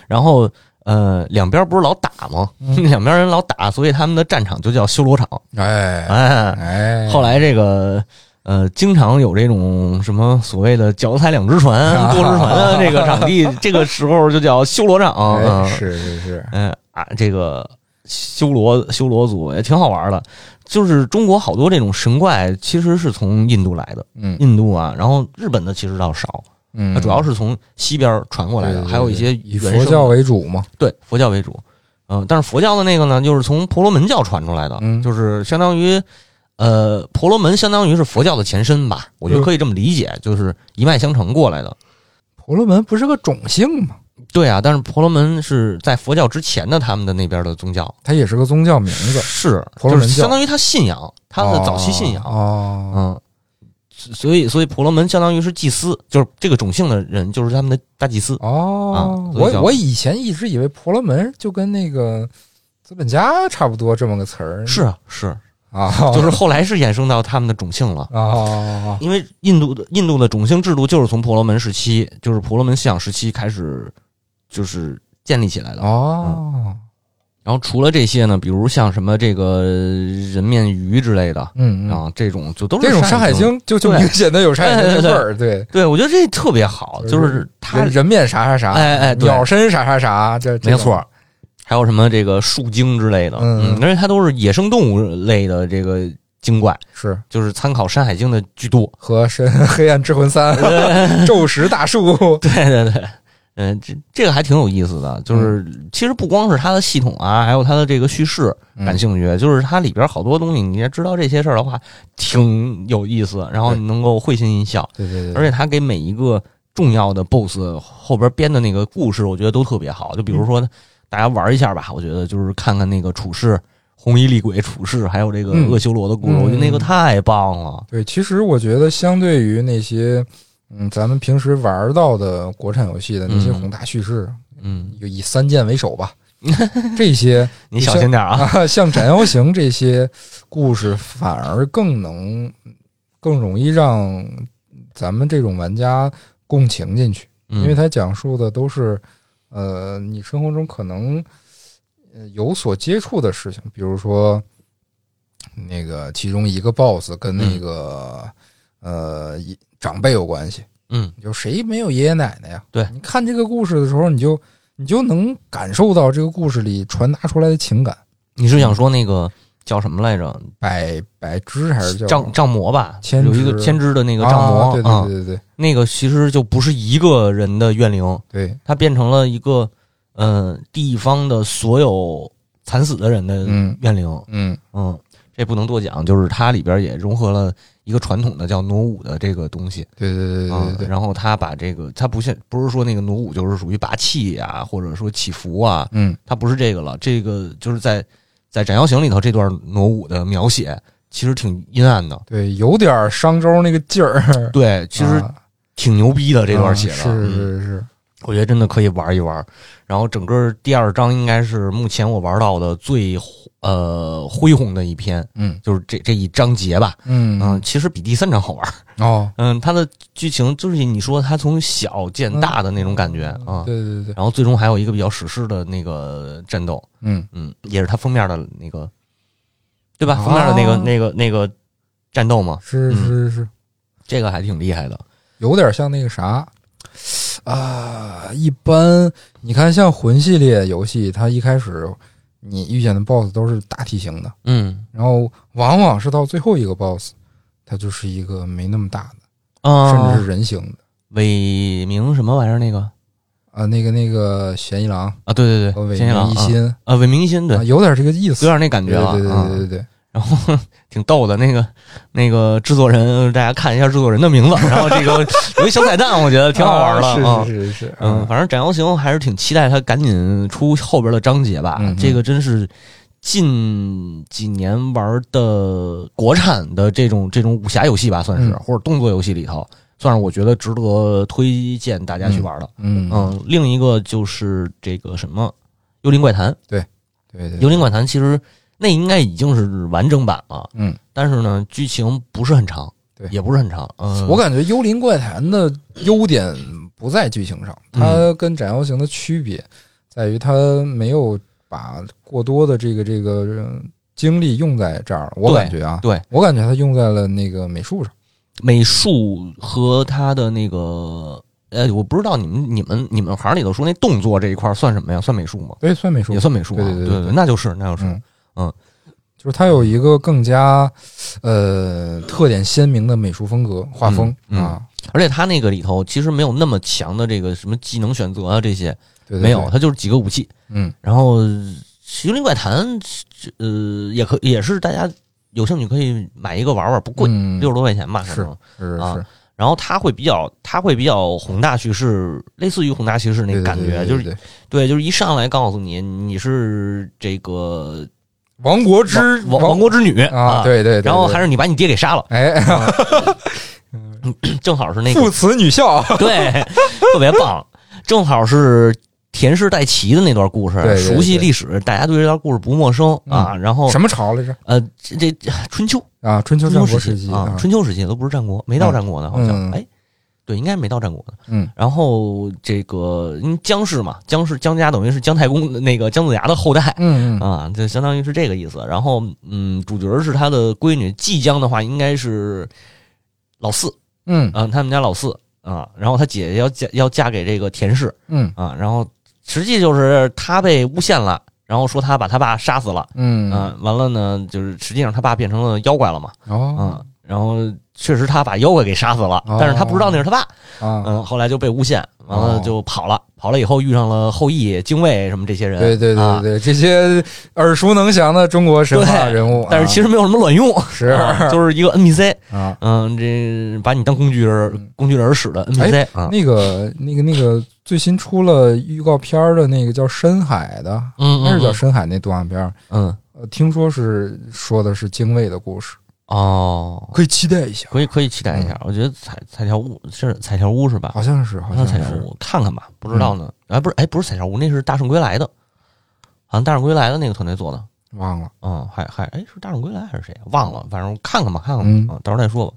[SPEAKER 3] 然后，呃，两边不是老打吗？
[SPEAKER 2] 嗯
[SPEAKER 3] 两边人老打，所以他们的战场就叫修罗场。
[SPEAKER 2] 哎
[SPEAKER 3] 哎，
[SPEAKER 2] 哎，
[SPEAKER 3] 后来这个。呃，经常有这种什么所谓的脚踩两只 船、多只船的这个场地，这个时候就叫修罗场。嗯
[SPEAKER 2] 哎是是是，
[SPEAKER 3] 嗯啊，这个修罗修罗族也挺好玩的，就是中国好多这种神怪其实是从印度来的，
[SPEAKER 2] 嗯
[SPEAKER 3] 印度啊，然后日本的其实倒少，它
[SPEAKER 2] 嗯，
[SPEAKER 3] 主要是从西边传过来
[SPEAKER 2] 对
[SPEAKER 3] 的，
[SPEAKER 2] 对
[SPEAKER 3] 还有一
[SPEAKER 2] 对
[SPEAKER 3] 些
[SPEAKER 2] 以
[SPEAKER 3] 原
[SPEAKER 2] 佛
[SPEAKER 3] 生
[SPEAKER 2] 教为主嘛。
[SPEAKER 3] 对佛教为主，嗯、但是佛教的那个呢，就是从婆罗门教传出来的，
[SPEAKER 2] 嗯
[SPEAKER 3] 就是相当于。呃，婆罗门相当于是佛教的前身吧，
[SPEAKER 2] 嗯
[SPEAKER 3] 我觉得可以这么理解，就是一脉相承过来的。
[SPEAKER 2] 婆罗门不是个种姓吗？
[SPEAKER 3] 对啊，但是婆罗门是在佛教之前的他们的那边的宗教，
[SPEAKER 2] 它也是个宗教名字，
[SPEAKER 3] 是
[SPEAKER 2] 婆罗门教
[SPEAKER 3] 就是相当于他信仰，他的早期信仰，
[SPEAKER 2] 哦，
[SPEAKER 3] 嗯，所以所以婆罗门相当于是祭司，就是这个种姓的人，就是他们的大祭司。
[SPEAKER 2] 哦，
[SPEAKER 3] 嗯啊所以
[SPEAKER 2] 我
[SPEAKER 3] 叫
[SPEAKER 2] 我以前一直以为婆罗门就跟那个资本家差不多这么个词儿，
[SPEAKER 3] 是啊，是，
[SPEAKER 2] 啊，
[SPEAKER 3] 就是后来是衍生到他们的种姓了。
[SPEAKER 2] 啊，
[SPEAKER 3] 因为印度的印度的种姓制度就是从婆罗门时期，就是婆罗门信仰时期开始，就是建立起来的。嗯
[SPEAKER 2] 哦，
[SPEAKER 3] 然后除了这些呢，比如像什么这个人面鱼之类的
[SPEAKER 2] 嗯嗯，
[SPEAKER 3] 啊，这种就都是
[SPEAKER 2] 这种《
[SPEAKER 3] 山
[SPEAKER 2] 山海经》就就
[SPEAKER 3] 对
[SPEAKER 2] 明显的有《山海经》的味儿，对，
[SPEAKER 3] 对，我觉得这特别好，
[SPEAKER 2] 就
[SPEAKER 3] 就
[SPEAKER 2] 是
[SPEAKER 3] 是它
[SPEAKER 2] 人人面啥啥啥，
[SPEAKER 3] 哎哎对
[SPEAKER 2] 鸟身啥啥啥，这
[SPEAKER 3] 没错，。还有什么这个树精之类的，
[SPEAKER 2] 嗯
[SPEAKER 3] 嗯，而且它都是野生动物类的这个精怪，
[SPEAKER 2] 这种是
[SPEAKER 3] 就是参考《山海经》的居多。
[SPEAKER 2] 和《神黑暗之魂三》 咒石大树，
[SPEAKER 3] 对对对，嗯，这这个还挺有意思的，就是其实不光是它的系统啊，还有它的这个叙事
[SPEAKER 2] 嗯
[SPEAKER 3] 感兴趣，就是它里边好多东西，你要知道这些事儿的话，挺有意思，然后
[SPEAKER 2] 对
[SPEAKER 3] 你能够会心一笑，
[SPEAKER 2] 对对
[SPEAKER 3] 而且它给每一个重要的 BOSS 后边编的那个故事，我觉得都特别好。就比如说，
[SPEAKER 2] 嗯
[SPEAKER 3] 大家玩一下吧，我觉得就是看看那个处事。红衣厉鬼处事，还有这个
[SPEAKER 2] 嗯
[SPEAKER 3] 恶修罗的故事，
[SPEAKER 2] 嗯
[SPEAKER 3] 我觉得那个太棒了。
[SPEAKER 2] 对，其实我觉得相对于那些。嗯，咱们平时玩到的国产游戏的那些
[SPEAKER 3] 嗯
[SPEAKER 2] 宏大叙事，
[SPEAKER 3] 嗯，
[SPEAKER 2] 就以三剑为首吧， 这些
[SPEAKER 3] 你小心点儿啊。
[SPEAKER 2] 啊，像《斩妖行》这些故事，反而更能、更容易让咱们这种玩家共情进去，因
[SPEAKER 3] 嗯
[SPEAKER 2] 为它讲述的都是，呃，你生活中可能呃有所接触的事情，比如说那个其中一个 BOSS
[SPEAKER 3] 嗯
[SPEAKER 2] 跟那个、呃一长辈有关系，
[SPEAKER 3] 嗯，
[SPEAKER 2] 你就谁没有爷爷奶奶呀？
[SPEAKER 3] 对
[SPEAKER 2] 你看这个故事的时候，你就你就能感受到这个故事里传达出来的情感。
[SPEAKER 3] 你是想说那个叫什么来着？
[SPEAKER 2] 百百只还是叫
[SPEAKER 3] 帐帐魔吧，
[SPEAKER 2] 千
[SPEAKER 3] 有一个
[SPEAKER 2] 只
[SPEAKER 3] 千只的那个帐魔
[SPEAKER 2] 啊对
[SPEAKER 3] 啊
[SPEAKER 2] 对对对
[SPEAKER 3] 那个其实就不是一个人的怨灵，
[SPEAKER 2] 对
[SPEAKER 3] 它变成了一个呃地方的所有惨死的人的
[SPEAKER 2] 嗯
[SPEAKER 3] 怨灵。
[SPEAKER 2] 嗯
[SPEAKER 3] 嗯，这不能多讲，就是它里边也融合了一个传统的叫傩舞的这个东西。
[SPEAKER 2] 对对对对对
[SPEAKER 3] 嗯，
[SPEAKER 2] 对，
[SPEAKER 3] 然后它把这个，它不像不是说那个傩舞就是属于拔气呀、或者说祈福啊，
[SPEAKER 2] 嗯
[SPEAKER 3] 它不是这个了，这个就是在在《斩妖行》里头这段傩舞的描写，其实挺阴暗的。
[SPEAKER 2] 对，有点商周那个劲儿，
[SPEAKER 3] 对，其实
[SPEAKER 2] 啊
[SPEAKER 3] 挺牛逼的这段写的，
[SPEAKER 2] 啊是
[SPEAKER 3] 嗯
[SPEAKER 2] 是是，
[SPEAKER 3] 我觉得真的可以玩一玩。然后整个第二章应该是目前我玩到的最呃恢宏的一篇，
[SPEAKER 2] 嗯
[SPEAKER 3] 就是这这一章节吧。
[SPEAKER 2] 嗯
[SPEAKER 3] 嗯，其实比第三章好玩。
[SPEAKER 2] 哦，
[SPEAKER 3] 嗯，它的剧情就是你说它从小见大的那种感觉啊。
[SPEAKER 2] 嗯对对对，
[SPEAKER 3] 然后最终还有一个比较史诗的那个战斗，
[SPEAKER 2] 嗯
[SPEAKER 3] 嗯，也是它封面的那个，对吧？
[SPEAKER 2] 啊
[SPEAKER 3] 封面的那个、那个、那个战斗嘛，
[SPEAKER 2] 是
[SPEAKER 3] 嗯
[SPEAKER 2] 是是，
[SPEAKER 3] 这个还挺厉害的。
[SPEAKER 2] 有点像那个啥啊，一般你看像魂系列游戏，它一开始你遇见的 BOSS 都是大体型的，
[SPEAKER 3] 嗯
[SPEAKER 2] 然后往往是到最后一个 BOSS，它就是一个没那么大的，
[SPEAKER 3] 啊，
[SPEAKER 2] 甚至是人形的。
[SPEAKER 3] 伟明什么玩意儿那个
[SPEAKER 2] 啊，那个那个玄一郎
[SPEAKER 3] 啊？对对
[SPEAKER 2] 和
[SPEAKER 3] 对，
[SPEAKER 2] 尾
[SPEAKER 3] 仙一郎
[SPEAKER 2] 哦一心，
[SPEAKER 3] 啊，伟明一心对，
[SPEAKER 2] 啊
[SPEAKER 3] 有
[SPEAKER 2] 有点这个意思，
[SPEAKER 3] 点那感
[SPEAKER 2] 对
[SPEAKER 3] 觉了，
[SPEAKER 2] 对对对对
[SPEAKER 3] 啊，
[SPEAKER 2] 对，
[SPEAKER 3] 然后挺逗的。那个那个制作人，呃大家看一下制作人的名字，然后这个 有一小彩蛋，我觉得挺好玩的
[SPEAKER 2] 啊
[SPEAKER 3] 啊。
[SPEAKER 2] 是是是是，
[SPEAKER 3] 嗯，反正《斩妖行》还是挺期待它赶紧出后边的章节吧。
[SPEAKER 2] 嗯嗯
[SPEAKER 3] 这个真是近几年玩的国产的这种这种武侠游戏吧，算是、
[SPEAKER 2] 嗯
[SPEAKER 3] 或者动作游戏里头，算是我觉得值得推荐大家去玩的。
[SPEAKER 2] 嗯嗯，
[SPEAKER 3] 嗯，另一个就是这个什么《幽灵怪谈》，
[SPEAKER 2] 对
[SPEAKER 3] 《
[SPEAKER 2] 对，
[SPEAKER 3] 幽灵怪谈》其实那应该已经是完整版了，
[SPEAKER 2] 嗯，
[SPEAKER 3] 但是呢，剧情不是很长，
[SPEAKER 2] 对
[SPEAKER 3] 也不是很长。嗯，
[SPEAKER 2] 我感觉《幽灵怪谈》的优点不在剧情上，嗯它跟《斩妖行》的区别在于它没有把过多的这个这个呃精力用在这儿，我
[SPEAKER 3] 对
[SPEAKER 2] 感觉啊，
[SPEAKER 3] 对
[SPEAKER 2] 我感觉它用在了那个美术上，
[SPEAKER 3] 美术和他的那个，呃，我不知道你们你们你们行里头说那动作这一块儿算什么呀？算美术吗？
[SPEAKER 2] 对，算美术
[SPEAKER 3] 也，算美术啊，
[SPEAKER 2] 对对对
[SPEAKER 3] 对
[SPEAKER 2] 对对
[SPEAKER 3] 那就是那就是。
[SPEAKER 2] 嗯就是它有一个更加呃特点鲜明的美术风格画风
[SPEAKER 3] 嗯嗯
[SPEAKER 2] 啊，
[SPEAKER 3] 而且他那个里头其实没有那么强的这个什么技能选择啊这些，
[SPEAKER 2] 对对
[SPEAKER 3] 没
[SPEAKER 2] 对
[SPEAKER 3] 有，他就是几个武器。
[SPEAKER 2] 嗯
[SPEAKER 3] 然后呃《幽灵怪谈》呃也可也是大家有兴趣可以买一个玩玩，不贵，
[SPEAKER 2] 嗯
[SPEAKER 3] 六十多块钱吧，
[SPEAKER 2] 是
[SPEAKER 3] 反正。
[SPEAKER 2] 是
[SPEAKER 3] 啊
[SPEAKER 2] 是，
[SPEAKER 3] 然后它会比较，它会比较宏大叙事，类似于宏大叙事那个
[SPEAKER 2] 对对
[SPEAKER 3] 感
[SPEAKER 2] 对
[SPEAKER 3] 觉，
[SPEAKER 2] 对
[SPEAKER 3] 就是
[SPEAKER 2] 对
[SPEAKER 3] 对，就是一上来告诉你你是这个
[SPEAKER 2] 亡国之
[SPEAKER 3] 王王国之女
[SPEAKER 2] 啊，对对，对
[SPEAKER 3] 然后
[SPEAKER 2] 对
[SPEAKER 3] 还是你把你爹给杀了，
[SPEAKER 2] 哎，
[SPEAKER 3] 正好是那个
[SPEAKER 2] 父慈女孝，
[SPEAKER 3] 对， 特别棒，正好是田氏代齐的那段故事，
[SPEAKER 2] 对对对嗯
[SPEAKER 3] 熟悉历史，大家对这段故事不陌生、啊。然后
[SPEAKER 2] 什么朝来着？
[SPEAKER 3] 呃，这这春秋
[SPEAKER 2] 啊，春秋
[SPEAKER 3] 春
[SPEAKER 2] 战
[SPEAKER 3] 秋
[SPEAKER 2] 国时
[SPEAKER 3] 时
[SPEAKER 2] 期
[SPEAKER 3] 啊，春秋时期都不是战国，没到战国呢，好像、
[SPEAKER 2] 嗯
[SPEAKER 3] 哎，对，应该没到战国呢。
[SPEAKER 2] 嗯，
[SPEAKER 3] 然后这个因为姜氏嘛，姜氏姜家等于是姜太公的那个姜子牙的后代。
[SPEAKER 2] 嗯嗯
[SPEAKER 3] 啊，就相当于是这个意思。然后，嗯，主角是他的闺女，即将的话应该是老四
[SPEAKER 2] 嗯
[SPEAKER 3] 啊，他们家老四啊。然后他姐姐要嫁要嫁给这个田氏
[SPEAKER 2] 嗯
[SPEAKER 3] 啊，然后实际就是他被诬陷了，然后说他把他爸杀死了，
[SPEAKER 2] 嗯
[SPEAKER 3] 啊，完了呢，就是实际上他爸变成了妖怪了嘛，
[SPEAKER 2] 哦
[SPEAKER 3] 啊，然后确实他把妖怪给杀死了，但是他不知道那是他爸，
[SPEAKER 2] 啊，
[SPEAKER 3] 嗯，后来就被诬陷，完了
[SPEAKER 2] 哦
[SPEAKER 3] 就跑了，跑了以后遇上了后羿、精卫什么这些人，
[SPEAKER 2] 对对对
[SPEAKER 3] 啊
[SPEAKER 2] 对，这些耳熟能详的中国神话
[SPEAKER 3] 对
[SPEAKER 2] 人物啊，
[SPEAKER 3] 但是其实没有什么卵用，
[SPEAKER 2] 是
[SPEAKER 3] 啊就是一个 NPC，
[SPEAKER 2] 啊，
[SPEAKER 3] 嗯，这把你当工具人、工具人使的 NPC
[SPEAKER 2] 嗯哎
[SPEAKER 3] 啊，
[SPEAKER 2] 那个那个那个最新出了预告片儿的那个叫《深海》的，
[SPEAKER 3] 嗯，
[SPEAKER 2] 那是叫《
[SPEAKER 3] 嗯
[SPEAKER 2] 深海》那动画片儿，
[SPEAKER 3] 嗯
[SPEAKER 2] 呃，听说是说的是精卫的故事，
[SPEAKER 3] 哦，
[SPEAKER 2] 可以期待一下，
[SPEAKER 3] 可以可以期待一下，我觉得彩彩条屋是彩条屋是吧？
[SPEAKER 2] 好像是，啊好
[SPEAKER 3] 像
[SPEAKER 2] 像
[SPEAKER 3] 彩条
[SPEAKER 2] 是，
[SPEAKER 3] 屋看看吧，不知道呢。哎，不是，哎，不是彩条屋，那是大圣归来的，好像大圣归来的那个团队做的。
[SPEAKER 2] 忘了，
[SPEAKER 3] 嗯，还还哎，是大圣归来还是谁啊？忘了，反正看看吧，看看吧，
[SPEAKER 2] 嗯
[SPEAKER 3] 啊，到时候再说吧。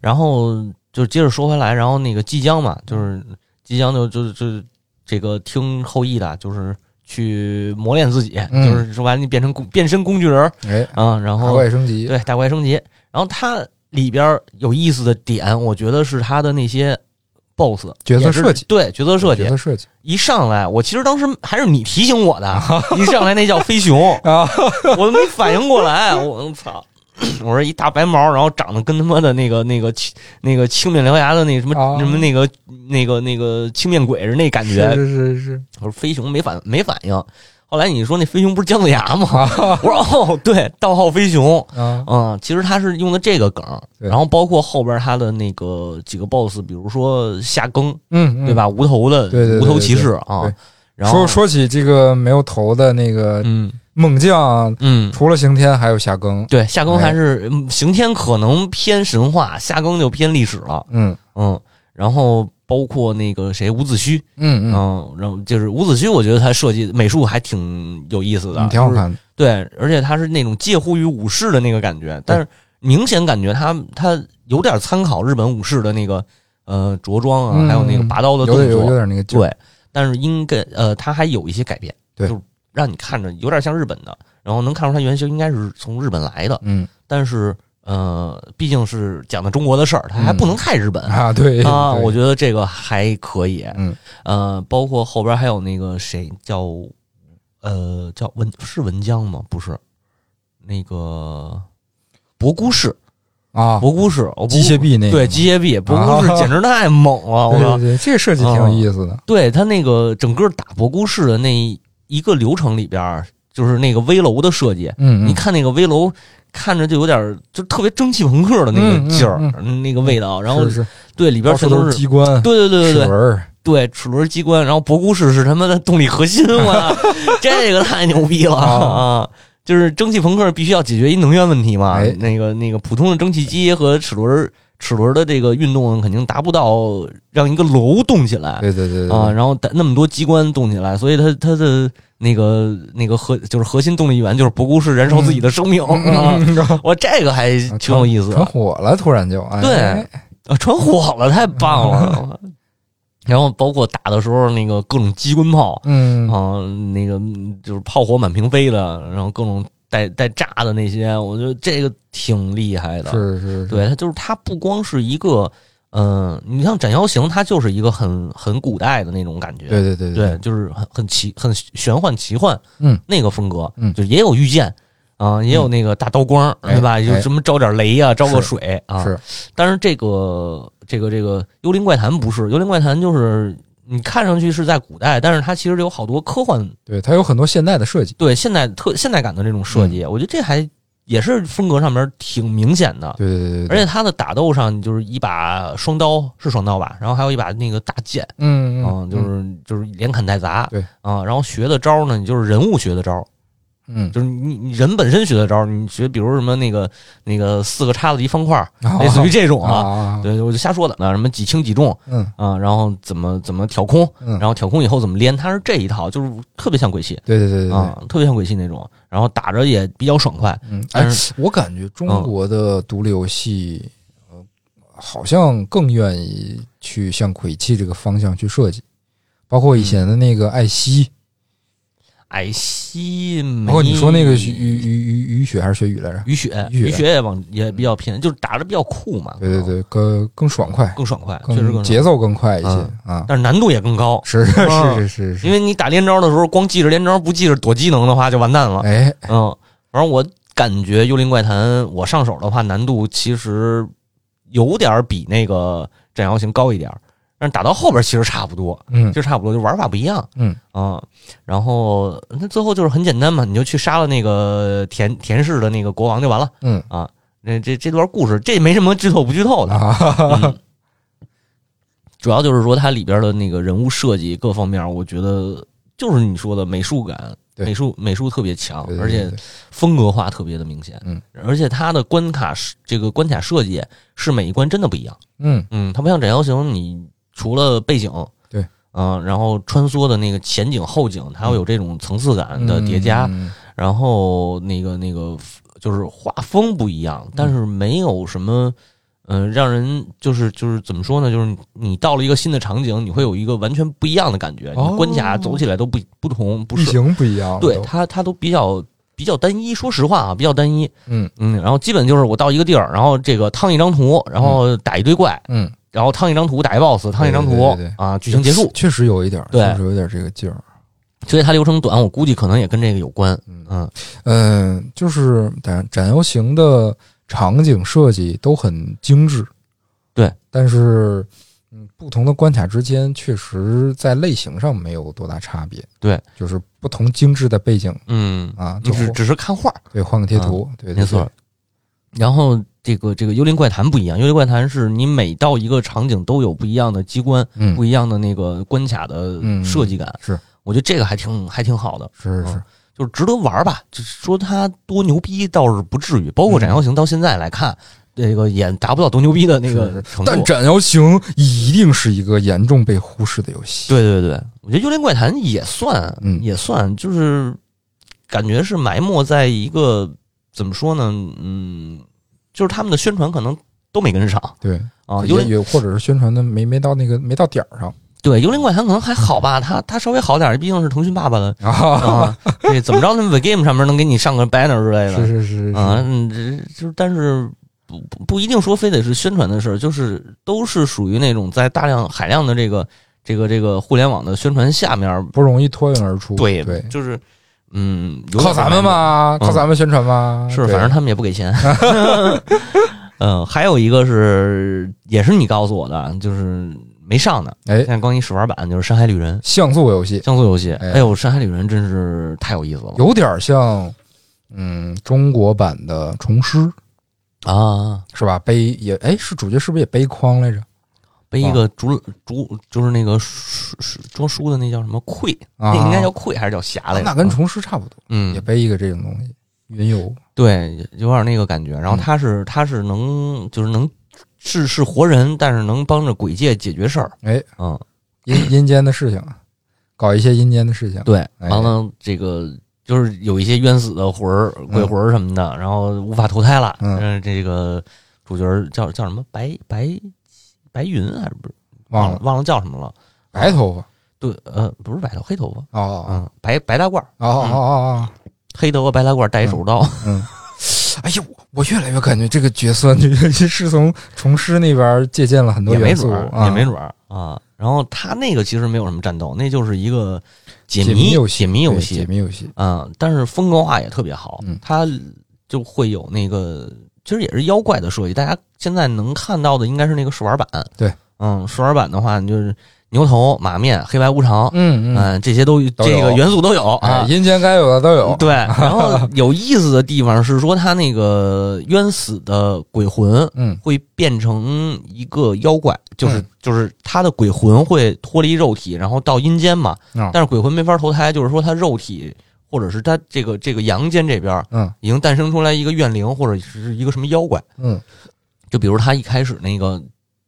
[SPEAKER 3] 然后就接着说回来，然后那个即将嘛，就是即将就就就这个听后羿的，就是去磨练自己，
[SPEAKER 2] 嗯
[SPEAKER 3] 就是说白了，你变成工变身工具人儿
[SPEAKER 2] 哎，
[SPEAKER 3] 啊，然
[SPEAKER 2] 大
[SPEAKER 3] 后
[SPEAKER 2] 怪升级，
[SPEAKER 3] 对大怪升级。然后它里边儿有意思的点，我觉得是它的那些 BOSS
[SPEAKER 2] 角色
[SPEAKER 3] 也是
[SPEAKER 2] 设计
[SPEAKER 3] 对角色设计
[SPEAKER 2] 角色设计
[SPEAKER 3] 一上来，我其实当时还是你提醒我 的，一上来那叫飞熊，
[SPEAKER 2] 啊，
[SPEAKER 3] 我都没反应过来，我操！ 我说一大白毛，然后长得跟他妈的那个那个青那个青面獠牙的那什么、
[SPEAKER 2] 啊
[SPEAKER 3] 什么那个那个那个青面鬼似的那感觉。
[SPEAKER 2] 是是是是，
[SPEAKER 3] 我说飞熊没反没反应，后来你说那飞熊不是姜子牙吗？ 我说哦，对，盗号飞熊。
[SPEAKER 2] 啊，
[SPEAKER 3] 嗯，其实他是用的这个梗，
[SPEAKER 2] 对
[SPEAKER 3] 然后包括后边他的那个几个 boss，比如说夏庚，
[SPEAKER 2] 嗯，嗯
[SPEAKER 3] 对？吧？无头的
[SPEAKER 2] 对对对
[SPEAKER 3] 无头骑士
[SPEAKER 2] 对对
[SPEAKER 3] 啊
[SPEAKER 2] 对。
[SPEAKER 3] 然后
[SPEAKER 2] 说说起这个没有头的那个
[SPEAKER 3] 嗯
[SPEAKER 2] 猛将，
[SPEAKER 3] 嗯，
[SPEAKER 2] 除了刑天还有夏庚，
[SPEAKER 3] 对，夏庚
[SPEAKER 2] 哎
[SPEAKER 3] 还是嗯刑天可能偏神话，夏庚就偏历史了。
[SPEAKER 2] 嗯
[SPEAKER 3] 嗯，然后包括那个谁伍子胥，
[SPEAKER 2] 嗯嗯
[SPEAKER 3] 嗯，然后就是伍子胥，我觉得他设计美术还挺有意思的，
[SPEAKER 2] 嗯，挺好
[SPEAKER 3] 就是。
[SPEAKER 2] 看的，
[SPEAKER 3] 对，而且他是那种介乎于武士的那个感觉，但是明显感觉他他有点参考日本武士的那个呃着装啊，
[SPEAKER 2] 嗯
[SPEAKER 3] 还有那个拔刀的动
[SPEAKER 2] 有
[SPEAKER 3] 作，
[SPEAKER 2] 点有有点那个劲儿，
[SPEAKER 3] 对，但是应该呃，它还有一些改变，
[SPEAKER 2] 对
[SPEAKER 3] 就是让你看着有点像日本的，然后能看出它原型应该是从日本来的，
[SPEAKER 2] 嗯
[SPEAKER 3] 但是呃，毕竟是讲的中国的事儿，它还不能太日本、
[SPEAKER 2] 啊，对
[SPEAKER 3] 啊，
[SPEAKER 2] 对
[SPEAKER 3] 我觉得这个还可以，
[SPEAKER 2] 嗯
[SPEAKER 3] 呃，包括后边还有那个谁叫呃叫文是文江吗？不是，那个博姑氏，
[SPEAKER 2] 啊，
[SPEAKER 3] 博姑氏，哦
[SPEAKER 2] 机械。臂那
[SPEAKER 3] 博
[SPEAKER 2] 个
[SPEAKER 3] 对
[SPEAKER 2] 嘛
[SPEAKER 3] 机械臂，博姑氏
[SPEAKER 2] 啊
[SPEAKER 3] 简直太猛了！我
[SPEAKER 2] 对
[SPEAKER 3] 靠
[SPEAKER 2] 对，对，这个设计
[SPEAKER 3] 啊
[SPEAKER 2] 挺有意思的。
[SPEAKER 3] 对他那个整个打博古式的那一个流程里边儿，就是那个危楼的设计，
[SPEAKER 2] 嗯，嗯
[SPEAKER 3] 你看那个危楼。看着就有点儿就特别蒸汽朋克的那
[SPEAKER 2] 嗯嗯
[SPEAKER 3] 个劲儿，
[SPEAKER 2] 嗯
[SPEAKER 3] 那个味道。然后
[SPEAKER 2] 是是
[SPEAKER 3] 对里边
[SPEAKER 2] 到
[SPEAKER 3] 儿全
[SPEAKER 2] 处
[SPEAKER 3] 都
[SPEAKER 2] 都是机关、
[SPEAKER 3] 对对对对
[SPEAKER 2] 齿
[SPEAKER 3] 对
[SPEAKER 2] 轮，
[SPEAKER 3] 对齿轮机关，然后博古式是他妈的动力核心，我 操这个太牛逼了
[SPEAKER 2] 啊
[SPEAKER 3] 啊！就是蒸汽朋克必须要解决一能源问题嘛。
[SPEAKER 2] 哎
[SPEAKER 3] 那个那个普通的蒸汽机和齿轮齿轮的这个运动肯定达不到让一个楼动起来。
[SPEAKER 2] 对对对对
[SPEAKER 3] 啊，然后带那么多机关动起来，所以它它的那个那个核就是核心动力源就是博古是燃烧自己的生命、啊，
[SPEAKER 2] 嗯嗯
[SPEAKER 3] 我这个还
[SPEAKER 2] 嗯
[SPEAKER 3] 挺有意思
[SPEAKER 2] 传
[SPEAKER 3] 的，
[SPEAKER 2] 火了，突然就哎
[SPEAKER 3] 对啊传火了，太棒了。
[SPEAKER 2] 嗯
[SPEAKER 3] 然后包括打的时候那个各种机关炮
[SPEAKER 2] 嗯
[SPEAKER 3] 啊，那个就是炮火满屏飞的，然后各种带带炸的那些，我觉得这个挺厉害的。
[SPEAKER 2] 是是是
[SPEAKER 3] 对，它就是它不光是一个，嗯、你像斩妖行，它就是一个很很古代的那种感觉。
[SPEAKER 2] 对对对
[SPEAKER 3] 对，就是很很奇很玄幻奇幻，
[SPEAKER 2] 嗯，
[SPEAKER 3] 那个风格，
[SPEAKER 2] 嗯
[SPEAKER 3] 就也有御剑啊、也有那个大刀光，
[SPEAKER 2] 哎
[SPEAKER 3] 对吧？
[SPEAKER 2] 哎
[SPEAKER 3] 就什么招点雷呀、招个
[SPEAKER 2] 是
[SPEAKER 3] 水啊。
[SPEAKER 2] 是，
[SPEAKER 3] 但是这个这个这个幽灵怪谈不是，幽灵怪谈就是你看上去是在古代，但是它其实有好多科幻
[SPEAKER 2] 对它有很多现代的设计，嗯
[SPEAKER 3] 对现代特现代感的这种设计，我觉得这还也是风格上面挺明显的。
[SPEAKER 2] 对对对对
[SPEAKER 3] 而
[SPEAKER 2] 对，
[SPEAKER 3] 且他的打斗上就是一把双刀是双刀吧，然后还有一把那个大剑，
[SPEAKER 2] 嗯
[SPEAKER 3] 啊，
[SPEAKER 2] 嗯，
[SPEAKER 3] 就是就是连砍带砸，
[SPEAKER 2] 对
[SPEAKER 3] 啊，然后学的招呢，你就是人物学的招，
[SPEAKER 2] 嗯，
[SPEAKER 3] 就是你你人本身学的招，你学比如什么那个那个四个叉子一方块，
[SPEAKER 2] 啊
[SPEAKER 3] 类似于这种啊，
[SPEAKER 2] 啊，
[SPEAKER 3] 对，我就瞎说的，啊，什么几轻几重
[SPEAKER 2] 嗯
[SPEAKER 3] 啊，然后怎么怎么挑空，
[SPEAKER 2] 嗯，
[SPEAKER 3] 然后挑空以后怎么连，它是这一套，就是特别像鬼泣
[SPEAKER 2] 对对对对对，
[SPEAKER 3] 啊，特别像鬼泣那种，然后打着也比较爽快，
[SPEAKER 2] 嗯，哎
[SPEAKER 3] 但，是
[SPEAKER 2] 我感觉中国的独立游戏，呃，好像更愿意去向鬼泣这个方向去设计，包括以前的那个艾希，
[SPEAKER 3] 矮西没
[SPEAKER 2] 包括你说那个雨雨雨雨雨雪还是雪雨来着？
[SPEAKER 3] 雨雪
[SPEAKER 2] 雨雪
[SPEAKER 3] 雨雪也往也比较偏，就是打着比较酷嘛，
[SPEAKER 2] 对对
[SPEAKER 3] 啊，
[SPEAKER 2] 对，更更爽快，
[SPEAKER 3] 更爽快，啊确实
[SPEAKER 2] 更
[SPEAKER 3] 更爽
[SPEAKER 2] 节奏更快一些啊。
[SPEAKER 3] 但是难度也更高，
[SPEAKER 2] 是是
[SPEAKER 3] 啊
[SPEAKER 2] 是是是是，
[SPEAKER 3] 因为你打连招的时候，光记着连招不记着躲技能的话就完蛋了。
[SPEAKER 2] 哎，
[SPEAKER 3] 嗯，反正我感觉《幽灵怪谈》我上手的话，难度其实有点儿比那个《斩妖行》高一点儿，但是打到后边其实差不多，
[SPEAKER 2] 嗯
[SPEAKER 3] 其实差不多，就玩法不一样。
[SPEAKER 2] 嗯
[SPEAKER 3] 啊，然后那最后就是很简单嘛，你就去杀了那个田田氏的那个国王就完了。
[SPEAKER 2] 嗯
[SPEAKER 3] 啊，那这这段故事这没什么剧透不剧透的，
[SPEAKER 2] 啊哈哈，
[SPEAKER 3] 嗯， 主要就是说它里边的那个人物设计各方面，我觉得就是你说的美术感，
[SPEAKER 2] 对
[SPEAKER 3] 美术美术特别强，
[SPEAKER 2] 对对
[SPEAKER 3] 而
[SPEAKER 2] 对
[SPEAKER 3] 且
[SPEAKER 2] 对
[SPEAKER 3] 风格化特别的明显。
[SPEAKER 2] 嗯，
[SPEAKER 3] 而且它的关卡是这个关卡设计啊是每一关真的不一样。
[SPEAKER 2] 嗯
[SPEAKER 3] 嗯，它不像《斩妖行》，你除了背景。
[SPEAKER 2] 对
[SPEAKER 3] 嗯、然后穿梭的那个前景、后景，它要有这种层次感的叠加，
[SPEAKER 2] 嗯
[SPEAKER 3] 然后那个那个就是画风不一样，但是没有什么，嗯、让人就是就是怎么说呢？就是你你到了一个新的场景，你会有一个完全不一样的感觉，
[SPEAKER 2] 哦
[SPEAKER 3] 你关卡走起来都不不同，不
[SPEAKER 2] 地
[SPEAKER 3] 是
[SPEAKER 2] 形不一样了都，
[SPEAKER 3] 对它它都比较比较单一。说实话啊，比较单一。
[SPEAKER 2] 嗯
[SPEAKER 3] 嗯，然后基本就是我到一个地儿，然后这个趟一张图，然后打一堆怪，
[SPEAKER 2] 嗯，
[SPEAKER 3] 然后趟一张图打一 boss，趟一张图
[SPEAKER 2] 对对对对
[SPEAKER 3] 啊，剧情结束。
[SPEAKER 2] 确实有一点儿，
[SPEAKER 3] 对
[SPEAKER 2] 确实有一点儿这个劲儿。
[SPEAKER 3] 所以它流程短，我估计可能也跟这个有关。
[SPEAKER 2] 嗯
[SPEAKER 3] 嗯，
[SPEAKER 2] 嗯，就是展展游行的场景设计都很精致，
[SPEAKER 3] 对，
[SPEAKER 2] 但是嗯，不同的关卡之间确实在类型上没有多大差别，
[SPEAKER 3] 对，
[SPEAKER 2] 就是不同精致的背景
[SPEAKER 3] 嗯，
[SPEAKER 2] 啊，
[SPEAKER 3] 你
[SPEAKER 2] 就
[SPEAKER 3] 只
[SPEAKER 2] 换
[SPEAKER 3] 只是看画，
[SPEAKER 2] 对换个贴图，对，对
[SPEAKER 3] 啊没错，。然后这个这个幽灵怪谈不一样，幽灵怪谈是你每到一个场景都有不一样的机关，
[SPEAKER 2] 对嗯
[SPEAKER 3] 不，一样的那个关卡的
[SPEAKER 2] 嗯
[SPEAKER 3] 设计感。
[SPEAKER 2] 是，
[SPEAKER 3] 我觉得这个还挺还挺好的，
[SPEAKER 2] 是是
[SPEAKER 3] 嗯，就是值得玩儿吧。就是说它多牛逼倒是不至于，包括《
[SPEAKER 2] 嗯
[SPEAKER 3] 斩妖行》到现在来看，这个也达不到多牛逼的那
[SPEAKER 2] 是
[SPEAKER 3] 个
[SPEAKER 2] 是
[SPEAKER 3] 程度。
[SPEAKER 2] 但展游行一定是一个严重被忽视的游戏，，
[SPEAKER 3] 对对对，我觉得《幽灵怪谈》也算，
[SPEAKER 2] 嗯
[SPEAKER 3] 也算，就是感觉是埋没在一个怎么说呢，嗯，就是他们的宣传可能都没跟上
[SPEAKER 2] 对
[SPEAKER 3] 啊。幽
[SPEAKER 2] 也
[SPEAKER 3] 灵
[SPEAKER 2] 也或者是宣传的没没到那个没到点儿上
[SPEAKER 3] 对《幽灵怪谈》可能还好吧，它它稍微好点儿，毕竟是腾讯爸爸 的
[SPEAKER 2] 啊，
[SPEAKER 3] 啊。对，怎么着，那 v Game 上面能给你上个 banner 之类的
[SPEAKER 2] 是是是是
[SPEAKER 3] 啊，嗯这就是但是。不不不一定说非得是宣传的事儿，就是都是属于那种在大量海量的这个这个这个互联网的宣传下面
[SPEAKER 2] 不容易脱颖而出，
[SPEAKER 3] 对
[SPEAKER 2] 对，
[SPEAKER 3] 就是嗯，有
[SPEAKER 2] 靠
[SPEAKER 3] 点
[SPEAKER 2] 咱们嘛，
[SPEAKER 3] 嗯
[SPEAKER 2] 靠咱们宣传嘛，
[SPEAKER 3] 难度？是，
[SPEAKER 2] 对
[SPEAKER 3] 反正他们也不给 钱。嗯，还有一个是，也是你告诉我的，就是没上的。
[SPEAKER 2] 哎
[SPEAKER 3] 现在光一试玩版就是《山海旅人》
[SPEAKER 2] 像素游戏
[SPEAKER 3] 像素游戏。
[SPEAKER 2] 哎
[SPEAKER 3] 哎呦，《山海旅人》真是太有意思了
[SPEAKER 2] 有点像，嗯，中国版的《虫师》
[SPEAKER 3] 啊！
[SPEAKER 2] 是吧？背也哎，是主角是不是也背筐来着？
[SPEAKER 3] 背一个
[SPEAKER 2] 啊
[SPEAKER 3] 竹竹，就是那个书书装书的那叫什么愧，
[SPEAKER 2] 啊，
[SPEAKER 3] 那应该叫愧还是叫匣来着？
[SPEAKER 2] 那跟《虫师》差不多，
[SPEAKER 3] 嗯
[SPEAKER 2] 也，背一个这种东西，云游。
[SPEAKER 3] 对，有点那个感觉。
[SPEAKER 2] 嗯
[SPEAKER 3] 然后他是他是能就是能是是活人，但是能帮着鬼界解决事儿。
[SPEAKER 2] 哎，
[SPEAKER 3] 嗯，
[SPEAKER 2] 阴阴间的事情啊，搞一些阴间的事情。
[SPEAKER 3] 对，
[SPEAKER 2] 哎
[SPEAKER 3] 完了这个就是有一些冤死的魂儿、鬼魂儿什么的，然后无法投胎了。
[SPEAKER 2] 嗯，
[SPEAKER 3] 这个主角叫叫什么白白白云还是不是
[SPEAKER 2] 忘
[SPEAKER 3] 了
[SPEAKER 2] 了
[SPEAKER 3] 忘了叫什么了？
[SPEAKER 2] 白头发
[SPEAKER 3] 对，呃，不是白头黑头发，
[SPEAKER 2] 哦
[SPEAKER 3] 嗯，白白大褂儿，
[SPEAKER 2] 哦哦哦哦，
[SPEAKER 3] 黑头发白大褂儿，带一手术刀。
[SPEAKER 2] 嗯。哎呦，我越来越感觉这个角色 是从《虫师》那边借鉴了很 多
[SPEAKER 3] 也没
[SPEAKER 2] 元素
[SPEAKER 3] 准儿，
[SPEAKER 2] 啊，
[SPEAKER 3] 也没准儿啊。然后他那个其实没有什么战斗，那就是一个解
[SPEAKER 2] 解
[SPEAKER 3] 谜
[SPEAKER 2] 游戏，
[SPEAKER 3] 解谜游
[SPEAKER 2] 对
[SPEAKER 3] 戏
[SPEAKER 2] 解谜游戏。
[SPEAKER 3] 嗯，但是风格化也特别好
[SPEAKER 2] 嗯，
[SPEAKER 3] 它就会有那个，其实也是妖怪的设计。大家现在能看到的应该是那个试玩版，
[SPEAKER 2] 对，
[SPEAKER 3] 嗯，试玩版的话，你就是牛头、马面、黑白无常，
[SPEAKER 2] 嗯嗯，
[SPEAKER 3] 嗯，这些都
[SPEAKER 2] 都有
[SPEAKER 3] 这个元素都有
[SPEAKER 2] 哎
[SPEAKER 3] 啊，。
[SPEAKER 2] 阴间该有的都有，
[SPEAKER 3] 对，然后有意思的地方是说，他那个冤死的鬼魂
[SPEAKER 2] 嗯
[SPEAKER 3] 会变成一个妖怪，就是、
[SPEAKER 2] 嗯
[SPEAKER 3] 就是他的鬼魂会脱离肉体，然后到阴间嘛。
[SPEAKER 2] 嗯
[SPEAKER 3] 但是鬼魂没法投胎，就是说他肉体或者是他这个这个阳间这边
[SPEAKER 2] 嗯
[SPEAKER 3] 已经诞生出来一个怨灵或者是一个什么妖怪。
[SPEAKER 2] 嗯
[SPEAKER 3] 就比如他一开始那个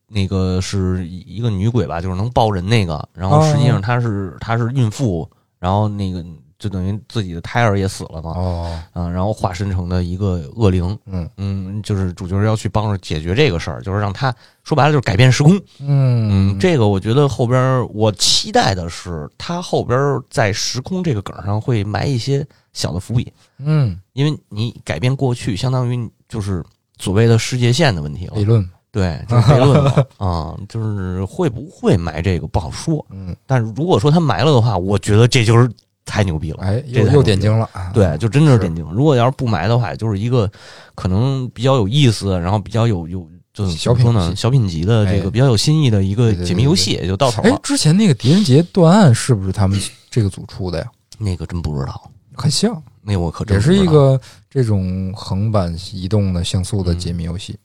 [SPEAKER 3] 那个是一个女鬼吧，就是能抱人那个，然后实
[SPEAKER 2] 哦
[SPEAKER 3] 际上她是她是孕妇，然后那个就等于自己的胎儿也死了嘛，
[SPEAKER 2] 哦
[SPEAKER 3] 啊，然后化身成的一个恶灵，
[SPEAKER 2] 嗯
[SPEAKER 3] 嗯，就是主角要去帮着解决这个事儿，就是让他说白了就是改变时空，
[SPEAKER 2] 嗯
[SPEAKER 3] 嗯，这个我觉得后边儿我期待的是他后边儿在时空这个梗上会埋一些小的伏笔，
[SPEAKER 2] 嗯
[SPEAKER 3] 因为你改变过去，相当于你就是所谓的世界线的问题了
[SPEAKER 2] 理。论，
[SPEAKER 3] 对，这是悖论嘛啊、就是会不会埋这个不好说。
[SPEAKER 2] 嗯
[SPEAKER 3] 但是如果说他埋了的话，我觉得这就是太牛逼了。
[SPEAKER 2] 哎
[SPEAKER 3] 这
[SPEAKER 2] 又
[SPEAKER 3] 个
[SPEAKER 2] 又点睛了，啊
[SPEAKER 3] 对，就真的
[SPEAKER 2] 是
[SPEAKER 3] 是点睛。如果要是不埋的话，就是一个可能比较有意思，然后比较有有就
[SPEAKER 2] 小
[SPEAKER 3] 怎么说呢
[SPEAKER 2] 品级
[SPEAKER 3] 小品级的这
[SPEAKER 2] 哎
[SPEAKER 3] 个比较有新意的一个
[SPEAKER 2] 对对对
[SPEAKER 3] 解密游戏，也就到头
[SPEAKER 2] 哎
[SPEAKER 3] 了，。
[SPEAKER 2] 之前那个狄仁杰断案是不是他们这个组出的呀？
[SPEAKER 3] 那个真不知道，
[SPEAKER 2] 很像，
[SPEAKER 3] 那我可真
[SPEAKER 2] 也
[SPEAKER 3] 不
[SPEAKER 2] 是
[SPEAKER 3] 知
[SPEAKER 2] 一
[SPEAKER 3] 道
[SPEAKER 2] 个这种横版移动的像素的解密游戏。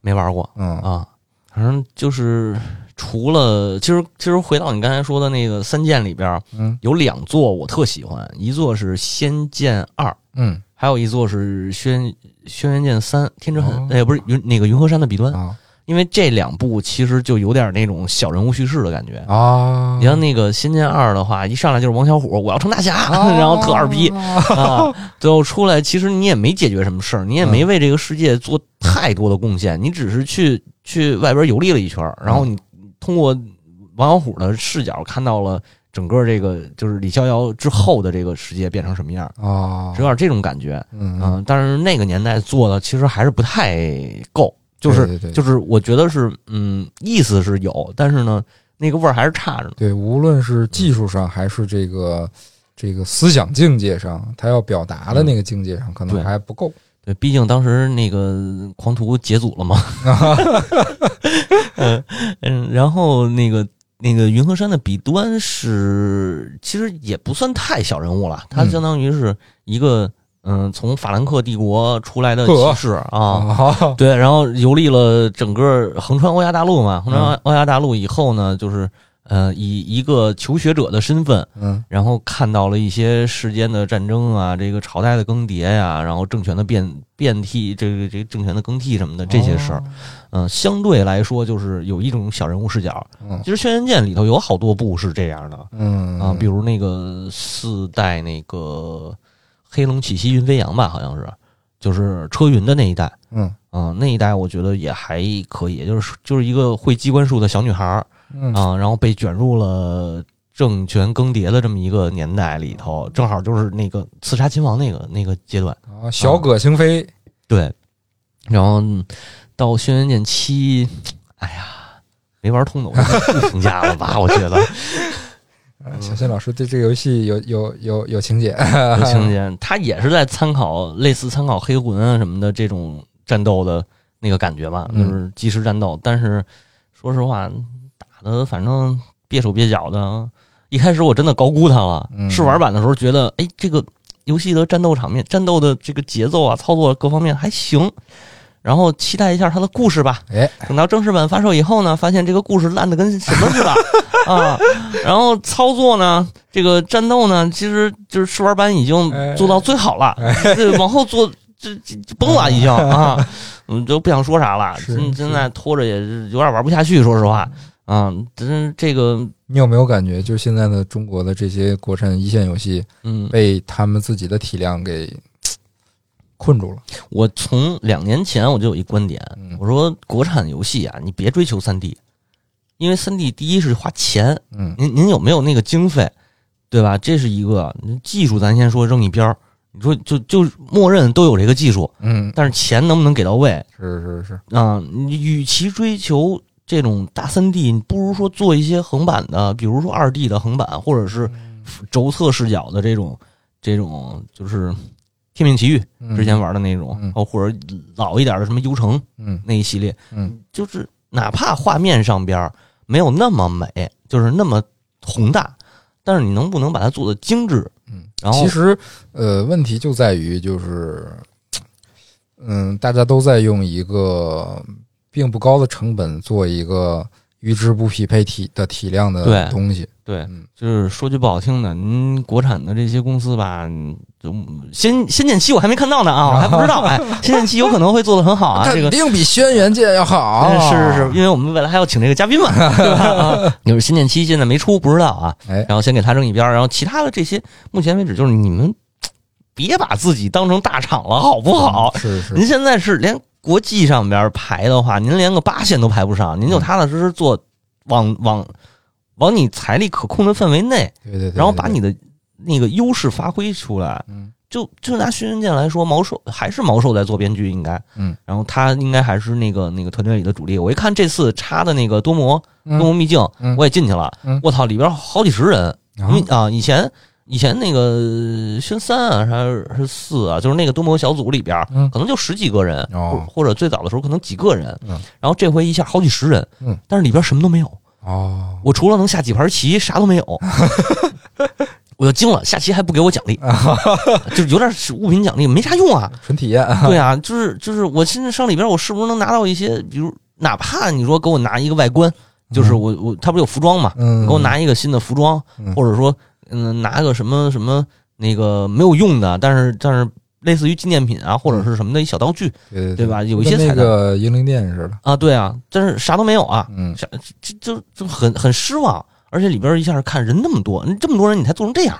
[SPEAKER 3] 没玩过
[SPEAKER 2] 嗯
[SPEAKER 3] 啊。反正就是除了，其实其实回到你刚才说的那个三剑里边儿，
[SPEAKER 2] 嗯
[SPEAKER 3] 有两座我特喜欢，一座是《仙剑二》。
[SPEAKER 2] 嗯
[SPEAKER 3] 还有一座是轩《轩辕剑三》天之痕
[SPEAKER 2] 哦，
[SPEAKER 3] 哎、不是云那个云和山的彼端，
[SPEAKER 2] 啊
[SPEAKER 3] 因为这两部其实就有点那种小人物叙事的感觉。
[SPEAKER 2] 啊
[SPEAKER 3] 你像那个《仙剑二》的话，一上来就是王小虎，我要成大侠，然后特二逼 啊，最后出来其实你也没解决什么事儿，你
[SPEAKER 2] 嗯
[SPEAKER 3] 也没为这个世界做太多的贡献，你只是去去外边游历了一圈儿，然后你通过王小虎的视角看到了整个这个就是李逍遥之后的这个世界变成什么样儿，
[SPEAKER 2] 啊
[SPEAKER 3] 有点这种感觉。
[SPEAKER 2] 嗯
[SPEAKER 3] 嗯，但是那个年代做的其实还是不太够，就是
[SPEAKER 2] 对对对
[SPEAKER 3] 就是我觉得是嗯，意思是有，但是呢，那个味儿还是差着呢。
[SPEAKER 2] 对，无论是技术上还是这个这个思想境界上，他要表达的那个境界上，可能
[SPEAKER 3] 对
[SPEAKER 2] 还不够。
[SPEAKER 3] 对，毕竟当时那个狂徒解组了 嘛。嗯嗯，然后那个那个云和山的彼端是其实也不算太小人物了，他
[SPEAKER 2] 嗯
[SPEAKER 3] 相当于是一个嗯、从法兰克帝国出来的
[SPEAKER 2] 呵
[SPEAKER 3] 骑士啊。
[SPEAKER 2] 啊，
[SPEAKER 3] 对，然后游历了整个横穿欧亚大陆嘛，横
[SPEAKER 2] 嗯
[SPEAKER 3] 穿欧亚大陆以后呢，就是呃，以一个求学者的身份，
[SPEAKER 2] 嗯
[SPEAKER 3] 然后看到了一些世间的战争啊，这个朝代的更迭呀、然后政权的变变替，这个这个政权的更替什么的这些事
[SPEAKER 2] 哦
[SPEAKER 3] 儿，嗯、相对来说就是有一种小人物视角。
[SPEAKER 2] 嗯
[SPEAKER 3] 其实《轩辕剑》里头有好多部是这样的
[SPEAKER 2] 嗯
[SPEAKER 3] 啊，比如那个四代那个黑龙起息云飞扬吧，好像是，就是车云的那一代。
[SPEAKER 2] 嗯
[SPEAKER 3] 嗯，那一代我觉得也还可以，也就是就是一个会机关术的小女孩儿
[SPEAKER 2] 嗯
[SPEAKER 3] 啊、然后被卷入了政权更迭的这么一个年代里头，正好就是那个刺杀亲王那个那个阶段，
[SPEAKER 2] 啊，小葛星飞
[SPEAKER 3] 对。然后到《轩辕剑七》，哎呀，没玩通的，我就不评价了吧，我觉得
[SPEAKER 2] 啊小新老师对这个游戏有有有有情节，
[SPEAKER 3] 有情节， 它也是在参考类似参考黑魂啊什么的这种战斗的那个感觉吧，就
[SPEAKER 2] 嗯
[SPEAKER 3] 是即时战斗。但是说实话，打的反正蹩手蹩脚的。一开始我真的高估它了，
[SPEAKER 2] 嗯
[SPEAKER 3] 试玩版的时候觉得，哎，这个游戏的战斗场面、战斗的这个节奏啊、操作各方面还行。然后期待一下它的故事吧。
[SPEAKER 2] 哎，
[SPEAKER 3] 等到正式版发售以后呢，发现这个故事烂的跟什么似的啊！然后操作呢，这个战斗呢，其实就是试玩版已经
[SPEAKER 2] 哎
[SPEAKER 3] 做到最好了，这往后做这这这崩了已经啊，嗯，就不想说啥了。
[SPEAKER 2] 是
[SPEAKER 3] 现现
[SPEAKER 2] 是
[SPEAKER 3] 在拖着也是有点玩不下去，说实话啊，真是这个
[SPEAKER 2] 你有没有感觉，就是现在的中国的这些国产一线游戏
[SPEAKER 3] 嗯，
[SPEAKER 2] 被他们自己的体量给嘖困住了？
[SPEAKER 3] 我从两年前我就有一观点，
[SPEAKER 2] 嗯
[SPEAKER 3] 我说国产游戏啊，你别追求三 D，因为三 D 第一是花钱，
[SPEAKER 2] 嗯
[SPEAKER 3] 您您有没有那个经费，对吧？这是一个您技术，咱先说扔一边儿。你说就就默认都有这个技术，
[SPEAKER 2] 嗯，
[SPEAKER 3] 但是钱能不能给到位
[SPEAKER 2] 是是是，
[SPEAKER 3] 啊、你与其追求这种大三 D，你不如说做一些横版的，比如说二 D 的横版，或者是
[SPEAKER 2] 嗯
[SPEAKER 3] 轴测视角的这种这种，就是《天命奇遇》
[SPEAKER 2] 嗯
[SPEAKER 3] 之前玩的那种，
[SPEAKER 2] 嗯
[SPEAKER 3] 哦，或者老一点的什么《幽城》
[SPEAKER 2] 嗯
[SPEAKER 3] 那一系列，
[SPEAKER 2] 嗯
[SPEAKER 3] 就是哪怕画面上边儿没有那么美，就是那么宏大，但是你能不能把它做的精致？
[SPEAKER 2] 嗯，
[SPEAKER 3] 然后
[SPEAKER 2] 其实，呃，问题就在于就是，嗯，大家都在用一个并不高的成本做一个与之不匹配体的体量的
[SPEAKER 3] 对
[SPEAKER 2] 东西。
[SPEAKER 3] 对
[SPEAKER 2] 嗯，
[SPEAKER 3] 就是说句不好听的，您国产的这些公司吧，嗯就先先见期我还没看到呢啊，我还不知道， 哎，先见期有可能会做的很好啊，这
[SPEAKER 2] 肯
[SPEAKER 3] 个。
[SPEAKER 2] 定比轩辕界要好。
[SPEAKER 3] 嗯是是是，，因为我们未来还要请这个嘉 宾嘛，对吧？啊就是新建期现在没出，不知道啊。
[SPEAKER 2] 哎
[SPEAKER 3] 然后先给他扔一边儿，然后其他的这些，目前为止就是你们别把自己当成大厂了，好不好？
[SPEAKER 2] 嗯
[SPEAKER 3] 嗯
[SPEAKER 2] 是是
[SPEAKER 3] 您现在是连国际上边排的话，您连个八线都排不上，
[SPEAKER 2] 嗯
[SPEAKER 3] 您就踏踏实实做，往往往你财力可控的范围内，
[SPEAKER 2] 对对对，
[SPEAKER 3] 然后把
[SPEAKER 2] 对
[SPEAKER 3] 你的那个优势发挥出来。
[SPEAKER 2] 嗯，
[SPEAKER 3] 就就拿《轩辕剑》来说，毛寿还是毛寿在做编剧，应该，
[SPEAKER 2] 嗯，
[SPEAKER 3] 然后他应该还是那个那个团队里的主力。我一看这次插的那个多摩多
[SPEAKER 2] 嗯
[SPEAKER 3] 摩秘境，
[SPEAKER 2] 嗯
[SPEAKER 3] 我也进去了
[SPEAKER 2] 嗯，
[SPEAKER 3] 我操，里边好几十人，
[SPEAKER 2] 然
[SPEAKER 3] 因
[SPEAKER 2] 后
[SPEAKER 3] 为啊，以前以前那个宣三啊，还是还是四啊，就是那个多模小组里边儿，
[SPEAKER 2] 嗯
[SPEAKER 3] 可能就十几个人，
[SPEAKER 2] 哦
[SPEAKER 3] 或或者最早的时候可能几个人，
[SPEAKER 2] 嗯
[SPEAKER 3] 然后这回一下好几十人，
[SPEAKER 2] 嗯
[SPEAKER 3] 但是里边什么都没有，
[SPEAKER 2] 哦
[SPEAKER 3] 我除了能下几盘棋，啥都没 有，我就惊了，下棋还不给我奖励，就是有点是物品奖励，没啥用啊，
[SPEAKER 2] 纯体验，
[SPEAKER 3] 对啊，就是就是，我现在上里边，我是不是能拿到一些，比如哪怕你说给我拿一个外观，就是我我他不是有服装嘛，
[SPEAKER 2] 嗯
[SPEAKER 3] 你给我拿一个新的服装，
[SPEAKER 2] 嗯
[SPEAKER 3] 或者说嗯拿个什么什么那个没有用的，但是但是类似于纪念品啊或者是什么的一小道具
[SPEAKER 2] 对嗯对
[SPEAKER 3] 对吧有一些
[SPEAKER 2] 跟
[SPEAKER 3] 彩
[SPEAKER 2] 那
[SPEAKER 3] 蛋
[SPEAKER 2] 个英灵殿似的。
[SPEAKER 3] 啊，对啊，但是啥都没有啊，
[SPEAKER 2] 嗯，
[SPEAKER 3] 啥这就就很很失望，而且里边一下看人那么多，这么多人你才做成这 样，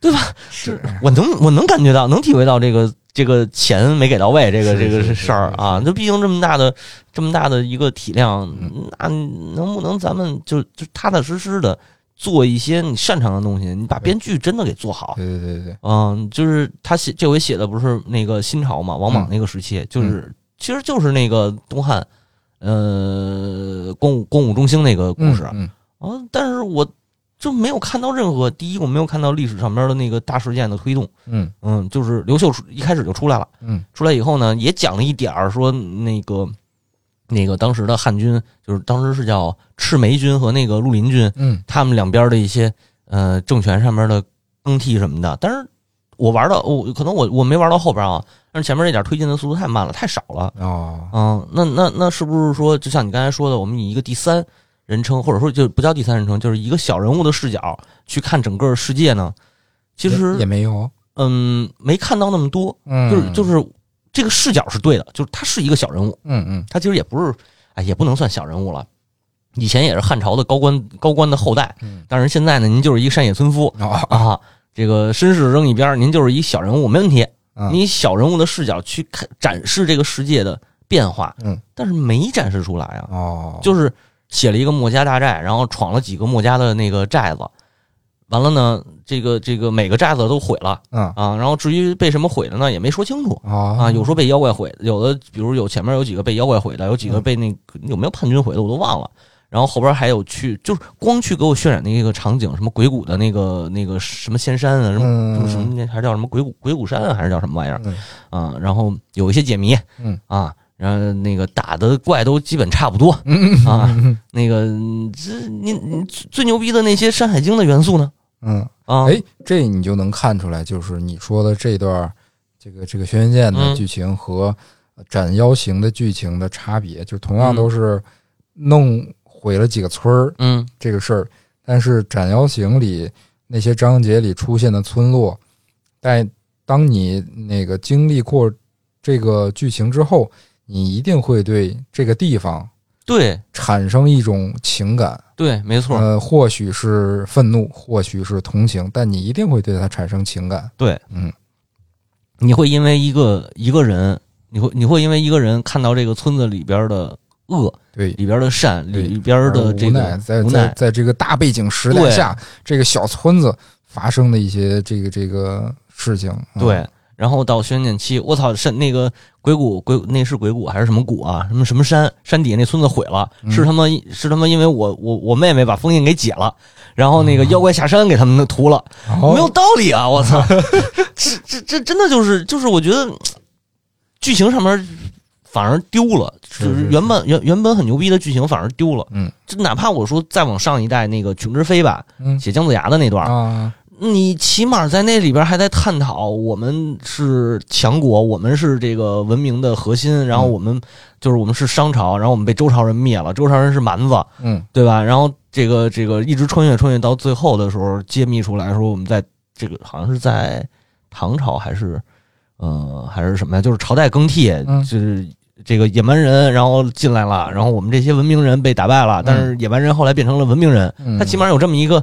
[SPEAKER 3] 对吧？
[SPEAKER 2] 是
[SPEAKER 3] 我能我能感觉到，能体会到这个这个钱没给到位，这个
[SPEAKER 2] 是
[SPEAKER 3] 这
[SPEAKER 2] 是
[SPEAKER 3] 个
[SPEAKER 2] 是
[SPEAKER 3] 事儿
[SPEAKER 2] 是
[SPEAKER 3] 啊。那毕竟这么大的这么大的一个体量
[SPEAKER 2] 嗯，
[SPEAKER 3] 那能不能咱们就就踏踏实实的做一些你擅长的东西？你把编剧真的给做好。
[SPEAKER 2] 对对对对，
[SPEAKER 3] 嗯，就是他写这回写的不是那个新潮嘛，
[SPEAKER 2] 嗯
[SPEAKER 3] 王莽那个时期，就是其实就是那个东汉，呃，光武光武中兴那个故事。
[SPEAKER 2] 嗯
[SPEAKER 3] 啊，但是我就没有看到任何第一，我没有看到历史上面的那个大事件的推动。
[SPEAKER 2] 嗯
[SPEAKER 3] 嗯，就是刘秀出一开始就出来了，
[SPEAKER 2] 嗯
[SPEAKER 3] 出来以后呢，也讲了一点儿说那个那个当时的汉军，就是当时是叫赤眉军和那个绿林军，
[SPEAKER 2] 嗯
[SPEAKER 3] 他们两边的一些呃政权上面的更替什么的。但是我玩到我可能我我没玩到后边啊，但是前面那点推进的速度太慢了，太少了。
[SPEAKER 2] 嗯哦
[SPEAKER 3] 嗯，那那那是不是说，就像你刚才说的，我们以一个第三人称，或者说就不叫第三人称，就是一个小人物的视角去看整个世界呢？其
[SPEAKER 2] 也也
[SPEAKER 3] 实，
[SPEAKER 2] 没有，
[SPEAKER 3] 嗯，没看到那么多，
[SPEAKER 2] 嗯
[SPEAKER 3] 就是就是这个视角是对的，就是他是一个小人物，
[SPEAKER 2] 嗯嗯
[SPEAKER 3] 他其实也不是，哎，也不能算小人物了。以前也是汉朝的高官高官的后代，
[SPEAKER 2] 嗯
[SPEAKER 3] 但是现在呢，您就是一个山野村夫
[SPEAKER 2] 哦
[SPEAKER 3] 啊，这个身世扔一边儿，您就是一小人物，没问题。
[SPEAKER 2] 嗯
[SPEAKER 3] 你以小人物的视角去看展示这个世界的变化，
[SPEAKER 2] 嗯，
[SPEAKER 3] 但是没展示出来啊，
[SPEAKER 2] 哦
[SPEAKER 3] 就是写了一个墨家大寨，然后闯了几个墨家的那个寨子，完了呢，这个这个每个寨子都毁了
[SPEAKER 2] 嗯
[SPEAKER 3] 啊，然后至于被什么毁的呢，也没说清楚
[SPEAKER 2] 哦
[SPEAKER 3] 啊，有说被妖怪毁的，有的比如有前面有几个被妖怪毁的，有几
[SPEAKER 2] 嗯
[SPEAKER 3] 个被那个有没有叛军毁的我都忘了。然后后边还有去，就是光去给我渲染那个场景，什么鬼谷的那个那个什么仙山啊，什么
[SPEAKER 2] 嗯
[SPEAKER 3] 什么那还是叫什么鬼谷鬼谷山啊还是叫什么玩意儿？
[SPEAKER 2] 嗯
[SPEAKER 3] 啊，然后有一些解谜，
[SPEAKER 2] 嗯
[SPEAKER 3] 啊，然后那个打的怪都基本差不多，
[SPEAKER 2] 嗯
[SPEAKER 3] 啊，那个嗯这你你最最牛逼的那些《山海经》的元素呢？
[SPEAKER 2] 嗯
[SPEAKER 3] 啊，
[SPEAKER 2] 哎，这你就能看出来，就是你说的这段儿这个这个《轩辕剑》的
[SPEAKER 3] 嗯
[SPEAKER 2] 剧情和《斩妖行》的剧情的差别，就同样
[SPEAKER 3] 嗯
[SPEAKER 2] 都是弄毁了几个村儿
[SPEAKER 3] 嗯
[SPEAKER 2] 这个事儿，但是《斩妖行》里那些章节里出现的村落，但当你那个经历过这个剧情之后，你一定会对这个地方
[SPEAKER 3] 对
[SPEAKER 2] 产生一种情感。
[SPEAKER 3] 对，没错，
[SPEAKER 2] 呃，或许是愤怒，或许是同情，但你一定会对他产生情感。
[SPEAKER 3] 对，
[SPEAKER 2] 嗯，
[SPEAKER 3] 你会因为一个一个人，你会你会因为一个人看到这个村子里边的恶，
[SPEAKER 2] 对，
[SPEAKER 3] 里边的善，
[SPEAKER 2] 对
[SPEAKER 3] 里边的这
[SPEAKER 2] 无
[SPEAKER 3] 个
[SPEAKER 2] 奈，在
[SPEAKER 3] 无
[SPEAKER 2] 在
[SPEAKER 3] 奈
[SPEAKER 2] 在这个大背景时代
[SPEAKER 3] 对
[SPEAKER 2] 下，这个小村子发生的一些这个这个事情。嗯
[SPEAKER 3] 对，然后到轩辕七，我操，是那个鬼谷鬼那是鬼谷还是什么谷啊？什么什么山山底下那村子毁了，
[SPEAKER 2] 嗯
[SPEAKER 3] 是他妈是他妈因为我我我妹妹把封印给解了，然后那
[SPEAKER 2] 嗯
[SPEAKER 3] 个妖怪下山给他们那屠了，
[SPEAKER 2] 哦
[SPEAKER 3] 没有道理啊！我操，这这这真的就是就是我觉得剧情上面反而丢了，就是
[SPEAKER 2] 是
[SPEAKER 3] 是原本原原本很牛逼的剧情反而丢了。
[SPEAKER 2] 嗯，
[SPEAKER 3] 就哪怕我说再往上一代那个《琼之飞》吧，
[SPEAKER 2] 嗯
[SPEAKER 3] 写姜子牙的那段儿，
[SPEAKER 2] 啊，
[SPEAKER 3] 你起码在那里边还在探讨我们是强国，我们是这个文明的核心，然后
[SPEAKER 2] 嗯
[SPEAKER 3] 我们就是我们是商朝，然后我们被周朝人灭了，周朝人是蛮子，
[SPEAKER 2] 嗯
[SPEAKER 3] 对吧？然后这个这个一直穿越穿越到最后的时候，揭秘出来说我们在这个好像是在唐朝还是呃还是什么呀？就是朝代更替，
[SPEAKER 2] 嗯
[SPEAKER 3] 就是这个野蛮人然后进来了，然后我们这些文明人被打败了，但是野蛮人后来变成了文明人，
[SPEAKER 2] 嗯，
[SPEAKER 3] 他起码有这么一个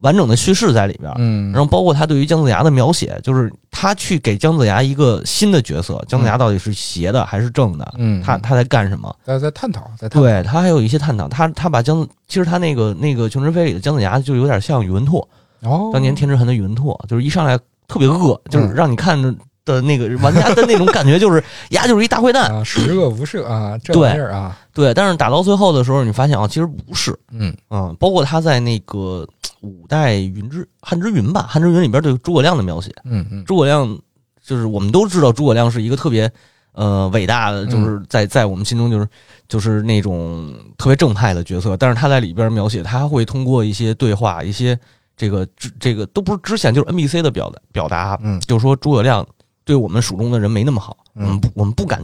[SPEAKER 3] 完整的叙事在里边。
[SPEAKER 2] 嗯，
[SPEAKER 3] 然后包括他对于姜子牙的描写，就是他去给姜子牙一个新的角色，姜子牙到底是邪的还是正的？
[SPEAKER 2] 嗯，
[SPEAKER 3] 他他在干什么？
[SPEAKER 2] 在在探讨，在探讨，
[SPEAKER 3] 对他还有一些探讨，他他把姜，其实他那个那个《琼之飞》里的姜子牙就有点像宇文拓，
[SPEAKER 2] 哦，
[SPEAKER 3] 当年天之痕的宇文拓，就是一上来特别恶，就是
[SPEAKER 2] 嗯
[SPEAKER 3] 让你看着的那个玩家的那种感觉，就是呀，就是一大坏蛋。
[SPEAKER 2] 啊，十恶不赦啊，这
[SPEAKER 3] 对
[SPEAKER 2] 玩意儿啊，
[SPEAKER 3] 对，但是打到最后的时候，你发现啊，其实不是，
[SPEAKER 2] 嗯
[SPEAKER 3] 嗯，包括他在那个呃五代云之汉之云吧，汉之云里边对诸葛亮的描写，
[SPEAKER 2] 嗯嗯，
[SPEAKER 3] 诸葛亮就是我们都知道，诸葛亮是一个特别呃伟大的，就是
[SPEAKER 2] 嗯
[SPEAKER 3] 在在我们心中就是就是那种特别正派的角色。但是他在里边描写，他会通过一些对话，一些这个这这个都不是之前就是 NBC 的表达表达，
[SPEAKER 2] 嗯
[SPEAKER 3] 就是说诸葛亮对我们蜀中的人没那么好，
[SPEAKER 2] 嗯
[SPEAKER 3] 我们不我们不敢，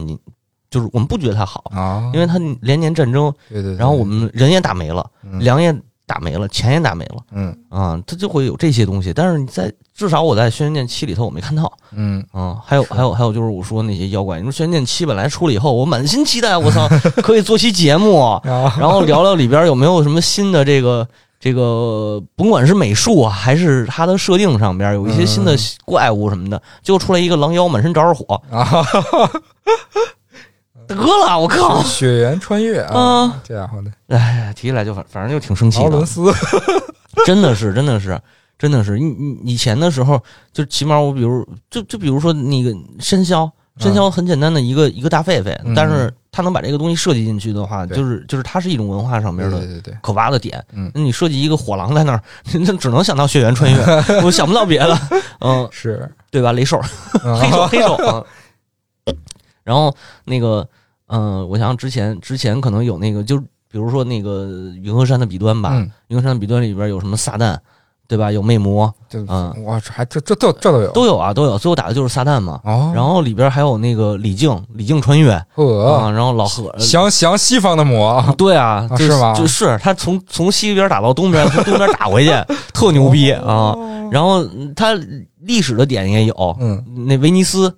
[SPEAKER 3] 就是我们不觉得他好，
[SPEAKER 2] 啊，
[SPEAKER 3] 因为他连年战争，
[SPEAKER 2] 对对，对
[SPEAKER 3] 然后我们人也打没了，
[SPEAKER 2] 嗯
[SPEAKER 3] 粮也打没了，钱也打没了
[SPEAKER 2] 嗯
[SPEAKER 3] 啊，他就会有这些东西。但是你在至少我在《轩辕剑七》里头我没看到。
[SPEAKER 2] 嗯
[SPEAKER 3] 嗯，还有还有还有就是我说那些妖怪，你说《轩辕剑七》本来出了以后，我满心期待，我操， 可以做期节目，
[SPEAKER 2] 啊，
[SPEAKER 3] 然后聊聊里边有没有什么新的这个这个，甭管是美术啊，还是它的设定上边有一些新的
[SPEAKER 2] 嗯
[SPEAKER 3] 怪物什么的，结果出来一个狼妖满身着着火，
[SPEAKER 2] 啊，
[SPEAKER 3] 得了，我靠！
[SPEAKER 2] 血缘穿越啊
[SPEAKER 3] 啊，
[SPEAKER 2] 这家伙的
[SPEAKER 3] 哎，提起来就反反正就挺生气
[SPEAKER 2] 劳
[SPEAKER 3] 的
[SPEAKER 2] 伦，斯，
[SPEAKER 3] 真的是真的是。真的是，你你以前的时候，就起码我比如就就比如说那个生肖，生肖很简单的一个一个大狒狒
[SPEAKER 2] 嗯，
[SPEAKER 3] 但是它能把这个东西设计进去的话，
[SPEAKER 2] 对
[SPEAKER 3] 就是就是它是一种文化上
[SPEAKER 2] 对
[SPEAKER 3] 面
[SPEAKER 2] 对
[SPEAKER 3] 的
[SPEAKER 2] 对对，
[SPEAKER 3] 可挖的点。
[SPEAKER 2] 嗯
[SPEAKER 3] 那你设计一个火狼在那儿， 那只能想到血缘穿 越，我想不到别的，嗯，
[SPEAKER 2] 是
[SPEAKER 3] 对吧？雷兽， 黑手，黑手。嗯然后那个，嗯、我想之前之前可能有那个，就比如说那个云和山的彼端吧，
[SPEAKER 2] 嗯，
[SPEAKER 3] 云和山的彼端里边有什么撒旦，对吧？有魅魔，
[SPEAKER 2] 就
[SPEAKER 3] 嗯
[SPEAKER 2] 哇，这还这这都这都有
[SPEAKER 3] 都有啊，都有。最后打的就是撒旦嘛。
[SPEAKER 2] 哦，
[SPEAKER 3] 然后里边还有那个李靖，李靖穿越
[SPEAKER 2] 呵，
[SPEAKER 3] 啊，然后老何，
[SPEAKER 2] 降降西方的魔 啊，
[SPEAKER 3] 对啊，就是
[SPEAKER 2] 吗
[SPEAKER 3] 就是他从从西边打到东边，从东边打 回去，特牛逼啊！
[SPEAKER 2] 哦
[SPEAKER 3] 然后嗯他历史的点也有，
[SPEAKER 2] 嗯
[SPEAKER 3] 那威尼斯，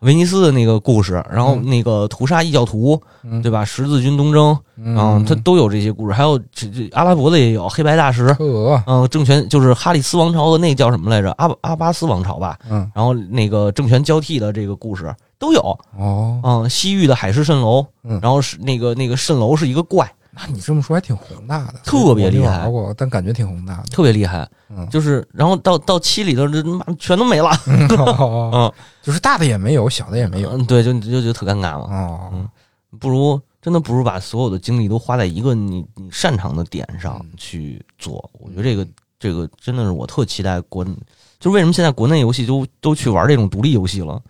[SPEAKER 3] 威尼斯的那个故事，然后
[SPEAKER 2] 嗯
[SPEAKER 3] 那个屠杀异教徒，
[SPEAKER 2] 嗯
[SPEAKER 3] 对吧？十字军东征，嗯，他都有这些故事，还有这这阿拉伯的也有，黑白大石，
[SPEAKER 2] 呵，
[SPEAKER 3] 嗯，政权就是哈里斯王朝和那个叫什么来着？阿巴阿巴斯王朝吧，
[SPEAKER 2] 嗯
[SPEAKER 3] 然后那个政权交替的这个故事都有，
[SPEAKER 2] 哦，
[SPEAKER 3] 嗯，西域的海市蜃楼
[SPEAKER 2] 嗯，
[SPEAKER 3] 然后是那个那个蜃楼是一个怪。
[SPEAKER 2] 那你这么说还挺宏大的，
[SPEAKER 3] 特别厉害
[SPEAKER 2] 我没玩过，但感觉挺 宏大的，
[SPEAKER 3] 特别厉害，
[SPEAKER 2] 嗯
[SPEAKER 3] 就是然后到到七里头，这妈全都没了，
[SPEAKER 2] 哦
[SPEAKER 3] 嗯
[SPEAKER 2] 就是大的也没有，小的也没有，
[SPEAKER 3] 嗯，对，就就就特尴尬嘛，
[SPEAKER 2] 哦，
[SPEAKER 3] 不如真的不如把所有的精力都花在一个你你擅长的点上
[SPEAKER 2] 嗯
[SPEAKER 3] 去做，我觉得这个这个真的是我特期待国，就是为什么现在国内游戏都都去玩这种独立游戏了，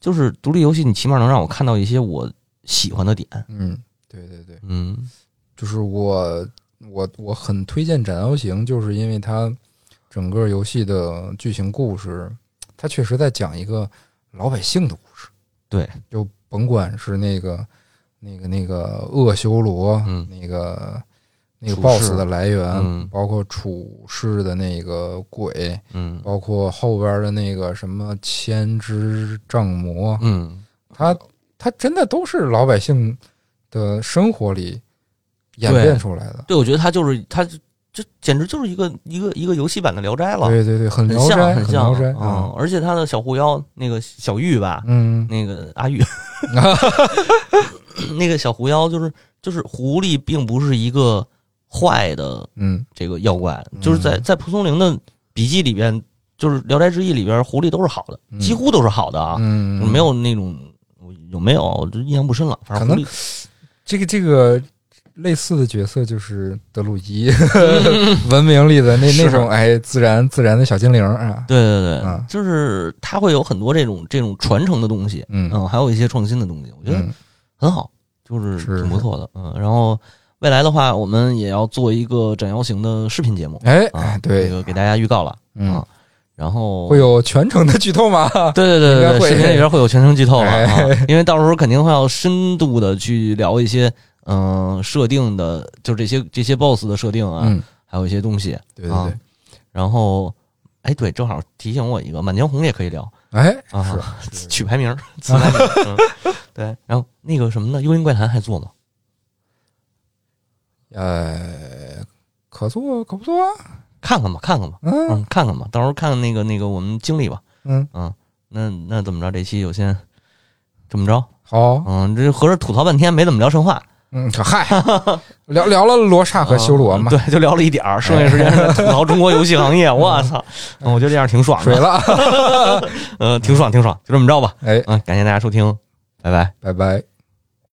[SPEAKER 3] 就是独立游戏你起码能让我看到一些我喜欢的点，
[SPEAKER 2] 嗯，对对对，
[SPEAKER 3] 嗯
[SPEAKER 2] 就是我我我很推荐《斩妖行》，就是因为它整个游戏的剧情故事，它确实在讲一个老百姓的故事。
[SPEAKER 3] 对，
[SPEAKER 2] 就甭管是那个那个那个恶修罗，
[SPEAKER 3] 嗯
[SPEAKER 2] 那个那个
[SPEAKER 3] 楚
[SPEAKER 2] BOSS
[SPEAKER 3] 氏
[SPEAKER 2] 的来源，
[SPEAKER 3] 嗯
[SPEAKER 2] 包括处世的那个鬼，
[SPEAKER 3] 嗯
[SPEAKER 2] 包括后边的那个什么千只障魔，
[SPEAKER 3] 嗯，
[SPEAKER 2] 它它真的都是老百姓的生活里演变出来的。
[SPEAKER 3] 对，我觉得他就是他这简直就是一个一个一个游戏版的《聊斋》了。
[SPEAKER 2] 对对对，很
[SPEAKER 3] 很
[SPEAKER 2] 聊
[SPEAKER 3] 像
[SPEAKER 2] 斋，
[SPEAKER 3] 很
[SPEAKER 2] 很
[SPEAKER 3] 像
[SPEAKER 2] 聊斋
[SPEAKER 3] 嗯
[SPEAKER 2] 啊，，
[SPEAKER 3] 而且他的小狐妖那个小玉吧，
[SPEAKER 2] 嗯
[SPEAKER 3] 那个阿 玉，那个小狐妖就是就是狐狸，并不是一个坏的
[SPEAKER 2] 嗯
[SPEAKER 3] 这个妖怪，就是在
[SPEAKER 2] 嗯
[SPEAKER 3] 在蒲松龄的笔记里边，就是《聊斋志异》里边，狐狸都是好的，
[SPEAKER 2] 嗯
[SPEAKER 3] 几乎都是好的啊，
[SPEAKER 2] 嗯，
[SPEAKER 3] 就没有那种有没有我就印象不深了，反正
[SPEAKER 2] 可
[SPEAKER 3] 狐
[SPEAKER 2] 能
[SPEAKER 3] 狸
[SPEAKER 2] 这个这个类似的角色就是德鲁伊， 文明里的那
[SPEAKER 3] 嗯是
[SPEAKER 2] 那种哎自然自然的小精灵啊，
[SPEAKER 3] 对对
[SPEAKER 2] 嗯
[SPEAKER 3] 对，就是它会有很多这种这种传承的东西，啊
[SPEAKER 2] 嗯
[SPEAKER 3] 嗯，还有一些创新的东西，我觉得
[SPEAKER 2] 嗯
[SPEAKER 3] 很好，就是
[SPEAKER 2] 是
[SPEAKER 3] 挺不错的。嗯，然后未来的话，我们也要做一个斩妖型的视频节目。
[SPEAKER 2] 哎，
[SPEAKER 3] 啊，
[SPEAKER 2] 对
[SPEAKER 3] 这个给大家预告了。
[SPEAKER 2] 嗯
[SPEAKER 3] 啊，然后
[SPEAKER 2] 会有全程的剧透吗？
[SPEAKER 3] 对对对
[SPEAKER 2] 应
[SPEAKER 3] 对
[SPEAKER 2] 该会
[SPEAKER 3] 对，视频里边会有全程剧透了、
[SPEAKER 2] 哎
[SPEAKER 3] 啊，因为到时候肯定会要深度的去聊一些嗯、设定的，就是这些这些 BOSS 的设定啊，
[SPEAKER 2] 嗯，
[SPEAKER 3] 还有一些东西。
[SPEAKER 2] 对对
[SPEAKER 3] 啊
[SPEAKER 2] 对，
[SPEAKER 3] 然后，哎，对，正好提醒我一个，《满江红》也可以聊
[SPEAKER 2] 哎，
[SPEAKER 3] 啊， 取排名，自排名。嗯对，然后那个什么呢，《幽灵怪谈》还做吗？
[SPEAKER 2] 呃，可做可不做啊，
[SPEAKER 3] 看看吧，看看吧，
[SPEAKER 2] 嗯
[SPEAKER 3] 嗯，看看吧，到时候看看那个那个我们经历吧。
[SPEAKER 2] 嗯，
[SPEAKER 3] 那那怎么着？这期就先这么着，
[SPEAKER 2] 好，
[SPEAKER 3] 嗯，这合着吐槽半天没怎么聊神话，嗯
[SPEAKER 2] 嗯，可嗨，聊聊了罗刹和修罗嘛，
[SPEAKER 3] 对，就聊了一点儿，剩下时间是在吐槽中国游戏 行业。我操，嗯我觉得这样挺爽
[SPEAKER 2] 水
[SPEAKER 3] 的，
[SPEAKER 2] 了，
[SPEAKER 3] 嗯，挺爽，挺爽，就这么着吧。
[SPEAKER 2] 哎，
[SPEAKER 3] 嗯，感谢大家收听，拜拜。
[SPEAKER 2] 拜拜。